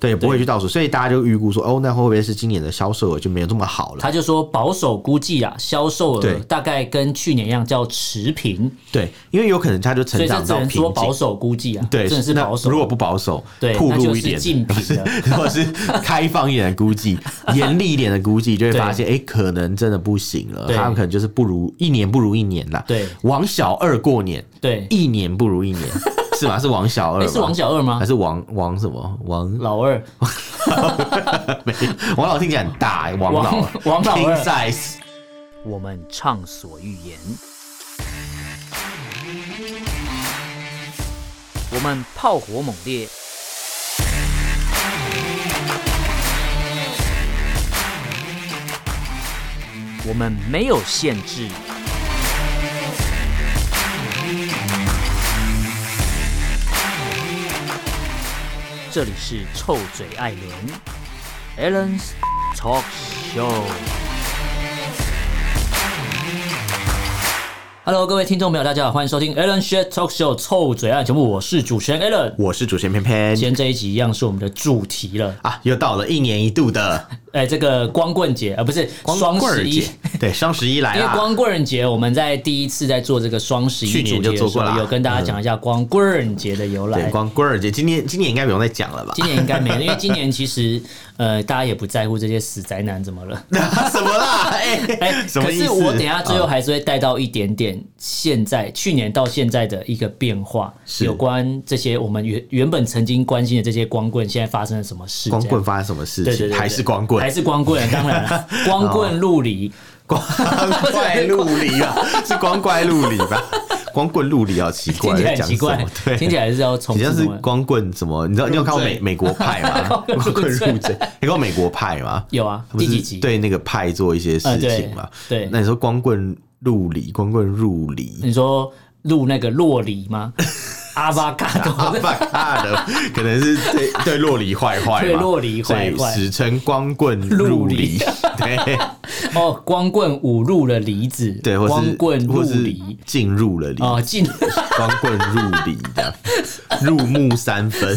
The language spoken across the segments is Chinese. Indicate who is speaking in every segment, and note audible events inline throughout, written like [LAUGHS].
Speaker 1: 对，不会去倒数，所以大家就预估说，哦，那会不会是今年的销售额就没有这么好了？
Speaker 2: 他就说保守估计啊，销售额
Speaker 1: 对
Speaker 2: 大概跟去年一样叫持平，
Speaker 1: 对，因为有可能它就成
Speaker 2: 所以这
Speaker 1: 长
Speaker 2: 只
Speaker 1: 到
Speaker 2: 能
Speaker 1: 瓶
Speaker 2: 说保
Speaker 1: 颈。
Speaker 2: 守估计啊，
Speaker 1: 对，
Speaker 2: 真的是
Speaker 1: 那
Speaker 2: 保守。
Speaker 1: 如果不保守，
Speaker 2: 对
Speaker 1: 暴
Speaker 2: 那就
Speaker 1: 露
Speaker 2: 是
Speaker 1: 一点， [LAUGHS]
Speaker 2: 竞品了
Speaker 1: 如果是开放一点的估计，
Speaker 2: [LAUGHS]
Speaker 1: 严厉一点的估计，就会发现，哎，可能真的不行了。
Speaker 2: 对
Speaker 1: 他们可能就是不如一年不如一年啦。
Speaker 2: 对
Speaker 1: 王小二过年，
Speaker 2: 对，
Speaker 1: [LAUGHS] 一年不如一
Speaker 2: [LAUGHS]
Speaker 1: 年，是吗？是王小二
Speaker 2: 诶
Speaker 1: 吗？
Speaker 2: 是王小二吗
Speaker 1: 还？是王王什么王
Speaker 2: [LAUGHS] 老二，
Speaker 1: 没王老听起来很大、欸，王老
Speaker 2: 王王老
Speaker 1: King
Speaker 2: 二
Speaker 1: size。
Speaker 2: 我们畅所欲言；我们炮火猛烈；我们没有限制。这里是臭嘴艾伦 a l l e n s Talk Show。Hello，各位听众朋友，大家好，欢迎收听 Alan s h a t Talk Show 臭嘴案节目，我是主持人 Alan。
Speaker 1: 我是主持人偏偏
Speaker 2: 今天这一集一样是我们的主题了，
Speaker 1: 啊，又到了一年一度的
Speaker 2: 哎、这个光棍节，呃而、不是双
Speaker 1: 光棍儿
Speaker 2: 十一
Speaker 1: 节，，哎对，双十一来
Speaker 2: 因为
Speaker 1: 啦。
Speaker 2: 光棍节，我们在第一次在做这个双十一
Speaker 1: 去年
Speaker 2: 主题的
Speaker 1: 就做过
Speaker 2: 时候
Speaker 1: 啦
Speaker 2: 有跟大家讲一下光棍节的由
Speaker 1: 对，
Speaker 2: 来。
Speaker 1: 光 [LAUGHS] 棍儿节，今年今年应该不用再讲了吧？
Speaker 2: 哎今年应该没了，因为今年其实呃，大家也不在乎这些死宅男怎么了。
Speaker 1: [LAUGHS] 什么啦？哎、
Speaker 2: 哎、
Speaker 1: [LAUGHS] 什么
Speaker 2: 可
Speaker 1: 意思？啊
Speaker 2: 是我等一下最后还是会带到一点点现在、去年到现在的一个变化，
Speaker 1: 是
Speaker 2: 有关这些我们原原本曾经关心的这些光棍，现在发生了什么事？
Speaker 1: 光棍
Speaker 2: 这样。
Speaker 1: 发生什么事情？
Speaker 2: 对对对对
Speaker 1: 还是光棍
Speaker 2: 还？是光棍，当然
Speaker 1: [LAUGHS]
Speaker 2: 了，光棍陆离，
Speaker 1: 光 [LAUGHS] 怪陆离啊，是光怪陆离吧？光棍陆离啊，奇
Speaker 2: 听
Speaker 1: 怪，
Speaker 2: 起
Speaker 1: 在
Speaker 2: 来很啊
Speaker 1: 讲
Speaker 2: 奇
Speaker 1: 什
Speaker 2: 怪
Speaker 1: 么？，对，
Speaker 2: 听起来是要重
Speaker 1: 你像
Speaker 2: 什
Speaker 1: 是
Speaker 2: 么？
Speaker 1: 光棍什么？你知道你有看过美
Speaker 3: 入赘
Speaker 1: 美国派
Speaker 2: [LAUGHS]
Speaker 1: 吗？光棍入赘，你看过美国派吗？
Speaker 2: 有啊，
Speaker 1: 他不
Speaker 2: 第
Speaker 1: 是
Speaker 2: 几集？
Speaker 1: 对那个派做一些事情嘛？
Speaker 2: 呃对对
Speaker 1: 那你说光棍入里，光棍入里，
Speaker 2: 你说录那个洛里
Speaker 1: [LAUGHS]
Speaker 2: 吗？阿巴卡
Speaker 1: 阿 [LAUGHS]
Speaker 2: 多，
Speaker 1: 巴卡的可能是对对洛里坏坏嘛，
Speaker 2: 对洛里坏坏
Speaker 1: 所以史称光棍入里，对
Speaker 2: 哦，光棍五入了梨子，
Speaker 1: [LAUGHS] 对，或是
Speaker 2: 光棍入
Speaker 1: 或是
Speaker 2: 梨，
Speaker 1: 进入了里，
Speaker 2: 哦，进 [LAUGHS]
Speaker 1: 光棍入里的，入木三
Speaker 2: [LAUGHS]
Speaker 1: 分，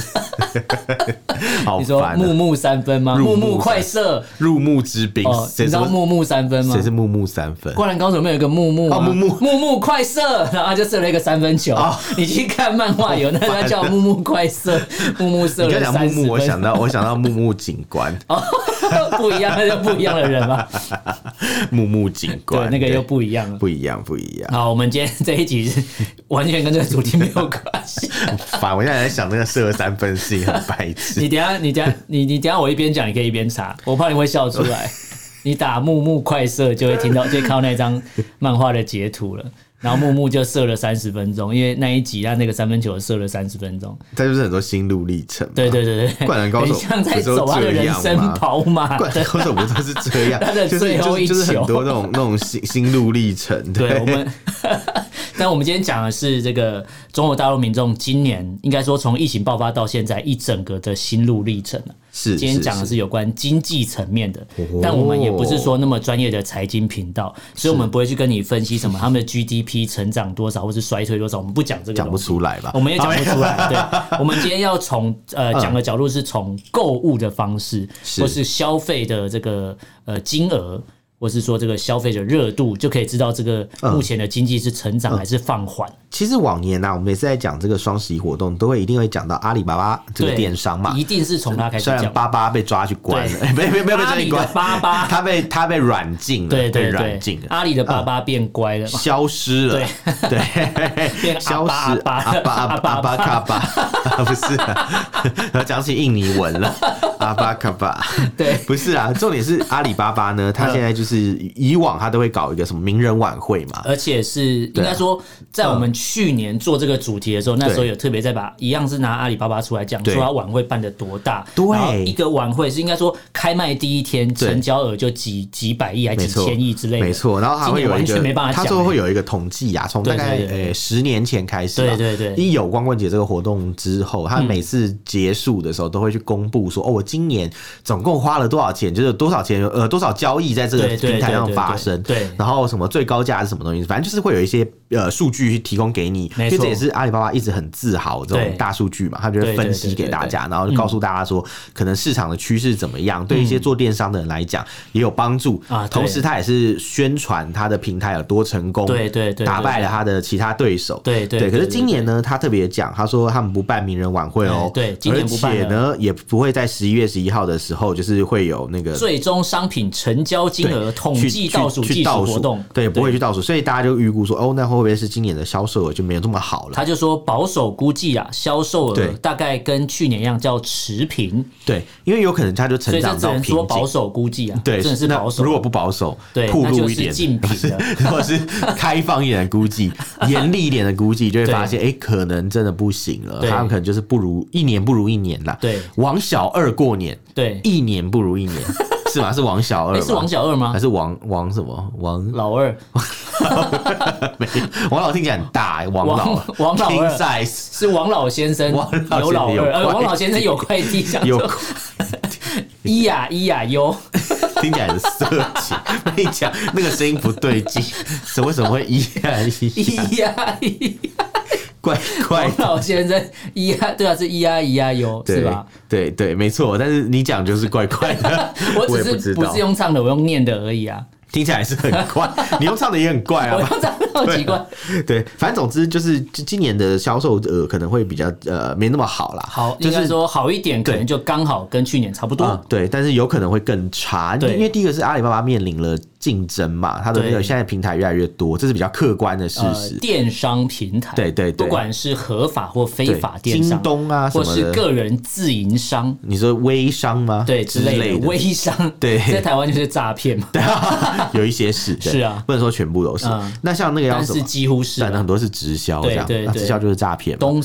Speaker 1: 好
Speaker 2: 你说
Speaker 1: 烦
Speaker 2: 木
Speaker 1: 啊！
Speaker 2: 木三分吗？
Speaker 1: 入
Speaker 2: 木
Speaker 1: 木
Speaker 2: 木快射
Speaker 1: 入木之兵
Speaker 2: 哦，，你
Speaker 1: 谁
Speaker 2: 知
Speaker 1: 说
Speaker 2: 道木木三分吗
Speaker 1: 谁？是木木三分？
Speaker 2: 灌篮高手里面有一个木木啊
Speaker 1: 哦木木
Speaker 2: 木木快射，然后他就射了一个三分球
Speaker 1: 哦。啊
Speaker 2: 你去看漫画有那他叫木木快射，木木射
Speaker 1: 你
Speaker 2: 了
Speaker 1: 刚讲
Speaker 2: 三
Speaker 1: 木
Speaker 2: 十分。哦
Speaker 1: 木，我想到我想到木木警
Speaker 2: [LAUGHS]
Speaker 1: 官，
Speaker 2: 不一样，那就不一样的
Speaker 1: [LAUGHS]
Speaker 2: 人了。
Speaker 1: 木木警
Speaker 2: 对，
Speaker 1: 官，
Speaker 2: 那个又
Speaker 1: 对
Speaker 2: 不一样了。
Speaker 1: 不一样，不一样。
Speaker 2: 好，我们今天 [LAUGHS] 这一集是完全跟这个主题没有关系。
Speaker 1: 反，我现在在想那个射三分是一个很白痴 [LAUGHS]
Speaker 2: [LAUGHS] 你。等一下，你等一下，你你等一下，我一边讲，你可以一边查，我怕你会笑出来。你打木木快射就会听到，就会看到那张漫画的截图了。然后木木就射了三十分钟，因为那一集他那个三分球射了三十分钟。
Speaker 1: 他就是很多心路历程嘛。
Speaker 2: 对对对
Speaker 1: [LAUGHS]
Speaker 2: 对，
Speaker 1: 灌篮高手
Speaker 2: [LAUGHS] 很像在
Speaker 1: 不都
Speaker 2: 走他的
Speaker 1: 这
Speaker 2: 人
Speaker 1: 样
Speaker 2: 生
Speaker 1: 吗
Speaker 2: 跑马。
Speaker 1: 灌篮高手 [LAUGHS] 不都是这
Speaker 2: [LAUGHS]
Speaker 1: 样
Speaker 2: 他的？
Speaker 1: 就是
Speaker 2: 最
Speaker 1: 就
Speaker 2: 后
Speaker 1: 是就是
Speaker 2: 一球
Speaker 1: 很多那种那种心心路历程。
Speaker 2: [LAUGHS] 对
Speaker 1: [LAUGHS]
Speaker 2: 我们，但我们今天讲的是这个中国大陆民众今年应该说从疫情爆发到现在一整个的心路历程啊
Speaker 1: 是
Speaker 2: 今天讲的
Speaker 1: 是哦
Speaker 2: 是有关经济层面的，但我们也不是说那么专业的财经频道，所以我们不会去跟你分析什么他们的 GDP 成长多少或是衰退多少，我们不讲这个
Speaker 1: 讲不
Speaker 2: 东西。
Speaker 1: 出来吧？
Speaker 2: [LAUGHS] 我们也讲不出来，对，我们今天要从呃讲的角度是从购物的方式，
Speaker 1: 嗯是
Speaker 2: 或是消费的这个呃金额，或是说这个消费的热度，就可以知道这个
Speaker 1: 嗯
Speaker 2: 目前的经济是成长还是放缓。
Speaker 1: 其实往年啊，我们每次在讲这个双十一活动，都会一定会讲到阿里巴巴这个
Speaker 2: 对
Speaker 1: 电商嘛。
Speaker 2: 一定是从它开始
Speaker 1: 虽然
Speaker 2: 讲。
Speaker 1: 巴巴被抓去关了，
Speaker 2: 对
Speaker 1: [LAUGHS] 没有没有没有被抓
Speaker 2: 阿
Speaker 1: 去
Speaker 2: 里的
Speaker 1: 关，
Speaker 2: 巴
Speaker 1: [LAUGHS]
Speaker 2: 巴
Speaker 1: 他被他被软禁了，
Speaker 2: 对
Speaker 1: 被
Speaker 2: 对
Speaker 1: 软
Speaker 2: 对
Speaker 1: 禁，了。嗯
Speaker 2: 阿里的爸爸变乖了嘛。
Speaker 1: 消失了，对，
Speaker 2: [LAUGHS] 变
Speaker 1: 消失，
Speaker 2: 阿
Speaker 1: 阿
Speaker 2: 巴
Speaker 1: 巴
Speaker 2: 阿
Speaker 1: 阿巴阿
Speaker 2: 巴
Speaker 1: 巴阿巴卡巴，啊 [LAUGHS] 不是啊，
Speaker 2: [LAUGHS]
Speaker 1: 然后讲起印尼文了，阿巴卡巴，
Speaker 2: 对嗯
Speaker 1: 不是啊，重点是阿里巴巴呢，它现在就是以往它都会搞一个什么名人晚会嘛，
Speaker 2: 而且是应
Speaker 1: 对啊
Speaker 2: 该说，在我们去年做这个主题的时候，那时候
Speaker 1: 对
Speaker 2: 有特别在把一样是拿阿里巴巴出来讲，说
Speaker 1: 对
Speaker 2: 它晚会办的多大，
Speaker 1: 对
Speaker 2: 然后一个晚会是应该说开卖第一天
Speaker 1: 对
Speaker 2: 成交额就几几百亿还
Speaker 1: 没
Speaker 2: 几
Speaker 1: 错
Speaker 2: 千亿之类的，
Speaker 1: 没错，然后还
Speaker 2: 今
Speaker 1: 会
Speaker 2: 年
Speaker 1: 有一
Speaker 2: 完全没办法
Speaker 1: 个，他
Speaker 2: 讲欸，
Speaker 1: 说会有一个统计啊，从大概
Speaker 2: 对对对
Speaker 1: 呃十年前开始吧，
Speaker 2: 对对对嗯
Speaker 1: 一有光棍节这个活动之后，他每次结束的时候都会去公布说，哦，我今年总共花了多少钱，就是有多少钱，呃，多少交易在这个
Speaker 2: 对对
Speaker 1: 平台
Speaker 2: 对
Speaker 1: 上
Speaker 2: 对
Speaker 1: 发
Speaker 2: 对
Speaker 1: 生，
Speaker 2: 对
Speaker 1: 然后什么最高价是什么东西，反正就是会有一些呃数据提供给你，因
Speaker 2: 没
Speaker 1: 为这
Speaker 2: 错
Speaker 1: 也是阿里巴巴一直很自豪这
Speaker 2: 对
Speaker 1: 种大数据嘛，他们就会
Speaker 2: 对对
Speaker 1: 分
Speaker 2: 对
Speaker 1: 析
Speaker 2: 对
Speaker 1: 给
Speaker 2: 对
Speaker 1: 大
Speaker 2: 对
Speaker 1: 家，啊然后就告诉大家说，可能市场的趋势怎么样，对一些做电商的人来讲也有帮助
Speaker 2: 嗯啊对
Speaker 1: 同时他也是宣传他的平台有多成功，
Speaker 2: 对对对
Speaker 1: 打
Speaker 2: 对
Speaker 1: 败
Speaker 2: 对
Speaker 1: 了他的其他对手，
Speaker 2: 对对
Speaker 1: 对。可
Speaker 2: 对
Speaker 1: 是
Speaker 2: 对哎
Speaker 1: 今年呢，他特别讲，他说他们不办名人晚会哦，
Speaker 2: 对对今年不办
Speaker 1: 而且
Speaker 2: 了
Speaker 1: 呢也不会在十一月十一号的时候，就是会有那个
Speaker 2: 最终商品成交金额统
Speaker 1: 去
Speaker 2: 计
Speaker 1: 去
Speaker 2: 倒数
Speaker 1: 去
Speaker 2: 计时
Speaker 1: 倒
Speaker 2: 活动，
Speaker 1: 对，不会去倒数，所以大家就预估说，哦，那会不会是今年的销售额就没有这么好了？
Speaker 2: 他就说保守估计啊，销售额
Speaker 1: 对
Speaker 2: 大概跟去年一样叫持平，
Speaker 1: 对，因为有可能它就成
Speaker 2: 所以这
Speaker 1: 长
Speaker 2: 只
Speaker 1: 到
Speaker 2: 能
Speaker 1: 瓶
Speaker 2: 说保
Speaker 1: 颈。
Speaker 2: 守估计啊，
Speaker 1: 对，
Speaker 2: 真的是
Speaker 1: 那
Speaker 2: 保守。
Speaker 1: 如果不保守，
Speaker 2: 对，
Speaker 1: 暴
Speaker 2: 那
Speaker 1: 露
Speaker 2: 就
Speaker 1: 一
Speaker 2: 是
Speaker 1: 点，
Speaker 2: 竞品了。
Speaker 1: [LAUGHS] 或者是开放一点的估
Speaker 2: [LAUGHS]
Speaker 1: 计，严厉一点的估计，就会发现，哎、可能真的不行了。
Speaker 2: 对
Speaker 1: 他们可能就是不如一年不如一年啦。
Speaker 2: 对
Speaker 1: 王小二过年，
Speaker 2: 对，
Speaker 1: [LAUGHS] 一年不如一
Speaker 2: [LAUGHS]
Speaker 1: 年，是吗？是王小二
Speaker 2: 诶
Speaker 1: 吗？
Speaker 2: 是王小二吗
Speaker 1: 还？是王王什么
Speaker 2: [LAUGHS]
Speaker 1: 王？
Speaker 2: 老二，
Speaker 1: 没王老听起来很大、欸，王老
Speaker 2: 王王老
Speaker 1: King
Speaker 2: 二
Speaker 1: size
Speaker 2: 是王老先生，
Speaker 1: 王老先生
Speaker 2: 有老
Speaker 1: 有
Speaker 2: 二，呃，
Speaker 1: 快
Speaker 2: 王老先生有快递，想
Speaker 1: 有
Speaker 2: 说咿呀咿呀
Speaker 1: [LAUGHS]
Speaker 2: 哟，
Speaker 1: 听起来很色
Speaker 2: [LAUGHS]
Speaker 1: 情，我跟你讲那个声音不对劲，怎么为什么会一呀一呀？
Speaker 2: [LAUGHS] 咿呀咿，
Speaker 1: 怪怪
Speaker 2: 王
Speaker 1: 的。
Speaker 2: 老先生咿呀，对啊，是咿呀咿呀哟，是
Speaker 1: 对
Speaker 2: 吧？，
Speaker 1: 对对，没错，但是你讲就是怪怪的
Speaker 2: [LAUGHS] 我
Speaker 1: 也不
Speaker 2: 只
Speaker 1: 知
Speaker 2: 是不
Speaker 1: 道
Speaker 2: 是，用唱的，我用念的而已啊，
Speaker 1: 听起来是很
Speaker 2: [LAUGHS]
Speaker 1: 怪，你用唱的也很怪
Speaker 2: 我
Speaker 1: 啊。
Speaker 2: 用唱的好奇怪。
Speaker 1: [LAUGHS] 对，反正总之就是就今年的销售额可能会比较呃没那么好啦，
Speaker 2: 好，
Speaker 1: 就
Speaker 2: 应该
Speaker 1: 是。
Speaker 2: 说好一点，可能就刚好跟去年差不
Speaker 1: 啊
Speaker 2: 多。
Speaker 1: 对，但是有可能会更差，
Speaker 2: 对
Speaker 1: 因为第一个是阿里巴巴面临了竞争嘛，它的那个
Speaker 2: 对
Speaker 1: 现在平台越来越多，这是比较客观的事
Speaker 2: 呃
Speaker 1: 实，。
Speaker 2: 电商平台，
Speaker 1: 对对对
Speaker 2: 不管是合法或非
Speaker 1: 对
Speaker 2: 法，电
Speaker 1: 京
Speaker 2: 商，
Speaker 1: 东啊什
Speaker 2: 或
Speaker 1: 么
Speaker 2: 是
Speaker 1: 的，
Speaker 2: 个人自营商，
Speaker 1: 你说微商吗？
Speaker 2: 呃对之
Speaker 1: 之
Speaker 2: 类的
Speaker 1: 的，
Speaker 2: 微商，
Speaker 1: 对
Speaker 2: 在台湾就是诈骗嘛，
Speaker 1: [LAUGHS] 有一些是，对
Speaker 2: 是啊
Speaker 1: 不能说全部都是
Speaker 2: 嗯。
Speaker 1: 那像那个要
Speaker 2: 但
Speaker 1: 什
Speaker 2: 是
Speaker 1: 么？
Speaker 2: 几乎是啊
Speaker 1: 但很
Speaker 2: 吧
Speaker 1: 多是直销这
Speaker 2: 对
Speaker 1: 样
Speaker 2: 对，
Speaker 1: 那
Speaker 2: 对
Speaker 1: 直销就是诈骗嘛。。
Speaker 2: 东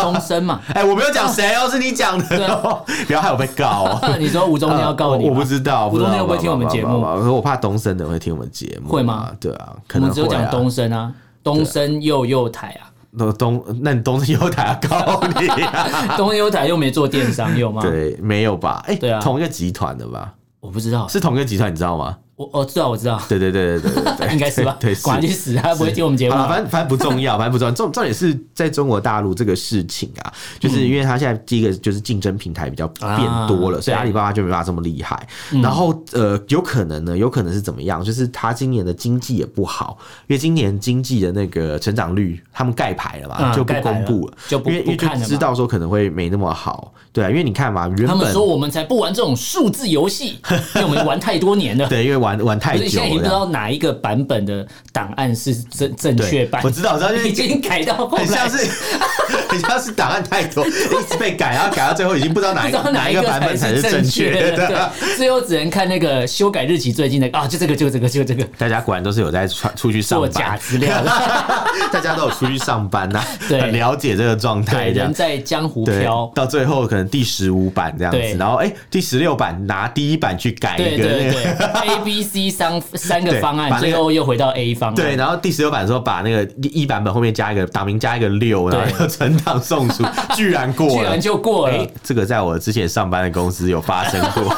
Speaker 2: 东森嘛
Speaker 1: 哎、我没有讲谁哦，是你讲的哦， [LAUGHS] 不要害我被告哦。
Speaker 2: 你说吴宗宪啊要告你
Speaker 1: 我
Speaker 2: 吗
Speaker 1: 我不知道，
Speaker 2: 吴宗
Speaker 1: 知
Speaker 2: 宪
Speaker 1: 道
Speaker 2: 会不会听我们节目？
Speaker 1: 可是我怕东森的会听我们节目，
Speaker 2: 会吗？
Speaker 1: 对啊，可
Speaker 2: 我
Speaker 1: 能
Speaker 2: 们
Speaker 1: 会、啊、
Speaker 2: 只有讲东森啊，东森幼幼台啊，
Speaker 1: 那东，那你东森有台告你、
Speaker 2: [LAUGHS]
Speaker 1: 啊？
Speaker 2: 东森幼幼台又没做电商，有吗？
Speaker 1: 对，没有吧？哎、
Speaker 2: 对啊
Speaker 1: 同一个集团的吧？
Speaker 2: 我不知道，
Speaker 1: 是同一个集团，你知道吗？
Speaker 2: 我我知道我知道，
Speaker 1: 对对对对对对对
Speaker 2: [LAUGHS] ，应该是吧？
Speaker 1: [LAUGHS] 对，是
Speaker 2: 管他去死，他不会听我们节目
Speaker 1: 好
Speaker 2: 啊。
Speaker 1: 了，反正反正不重
Speaker 2: [LAUGHS]
Speaker 1: 要，反正不重要。重重点是在中国大陆这个事情啊，
Speaker 2: 嗯
Speaker 1: 就是因为它现在第一个就是竞争平台比较变多了，
Speaker 2: 啊
Speaker 1: 所以阿
Speaker 2: 对
Speaker 1: 里巴巴就没办法这么厉害。然后呃，有可能呢，有可能是怎么样？就是它今年的经济也不好，因为今年经济的那个成长率，他们盖牌了嘛，
Speaker 2: 嗯
Speaker 1: 就不
Speaker 2: 盖牌
Speaker 1: 公
Speaker 2: 了
Speaker 1: 布了，
Speaker 2: 就不
Speaker 1: 因为因为
Speaker 2: 不看了嘛
Speaker 1: 知道说可能会没那么好，对啊，因为你看嘛，原
Speaker 2: 他们
Speaker 1: 本
Speaker 2: 说我们才不玩这种数字游戏，
Speaker 1: [LAUGHS]
Speaker 2: 因为我们玩太多年了。
Speaker 1: 对，因为玩玩
Speaker 2: 不
Speaker 1: 太
Speaker 2: 是，现
Speaker 1: 久
Speaker 2: 在已经
Speaker 1: 了
Speaker 2: 不知
Speaker 1: 这样。
Speaker 2: 道哪一个版本的档案是正正确
Speaker 1: 对
Speaker 2: 版，，
Speaker 1: 我知道，我知道，因为
Speaker 2: 已经改到后
Speaker 1: 很像
Speaker 2: 来。
Speaker 1: 是， [LAUGHS] 很像是档案太多，一直被改，然后改到最后已经不知道
Speaker 2: 不
Speaker 1: 哪一
Speaker 2: 知道
Speaker 1: 个
Speaker 2: 哪
Speaker 1: 一
Speaker 2: 个
Speaker 1: 个版本
Speaker 2: 才
Speaker 1: 是正
Speaker 2: 正
Speaker 1: 确
Speaker 2: 的，
Speaker 1: 的。 [LAUGHS]
Speaker 2: 对，最后只能看那个修改日期最近的啊，就这个，就这个，就这个，
Speaker 1: 大家果然都是有在出出去上
Speaker 2: 做
Speaker 1: 班，
Speaker 2: 假资料
Speaker 1: [LAUGHS] 大家都有出去上班呐、
Speaker 2: 对
Speaker 1: 很了解这个状态
Speaker 2: 对，
Speaker 1: 这样
Speaker 2: 人。在江湖
Speaker 1: 对
Speaker 2: 飘，，
Speaker 1: 到最后可能第十五版这样
Speaker 2: 对
Speaker 1: 子，然后哎、第十六版拿第一版去改
Speaker 2: 对
Speaker 1: 一个
Speaker 2: 对
Speaker 1: 那
Speaker 2: 对
Speaker 1: 个。 [LAUGHS]
Speaker 2: ，A、B、C 三三个
Speaker 1: 对
Speaker 2: 方案，
Speaker 1: 把那个
Speaker 2: 最后又回到 A 方案，
Speaker 1: 对，然后第十六版的时候把那个一版本后面加一个档名加一个六，然后又存档送
Speaker 2: [LAUGHS]
Speaker 1: 出，居然过了，
Speaker 2: 居然就过
Speaker 1: 哎、
Speaker 2: 了。
Speaker 1: 这个在我之前上班的公司有发生过。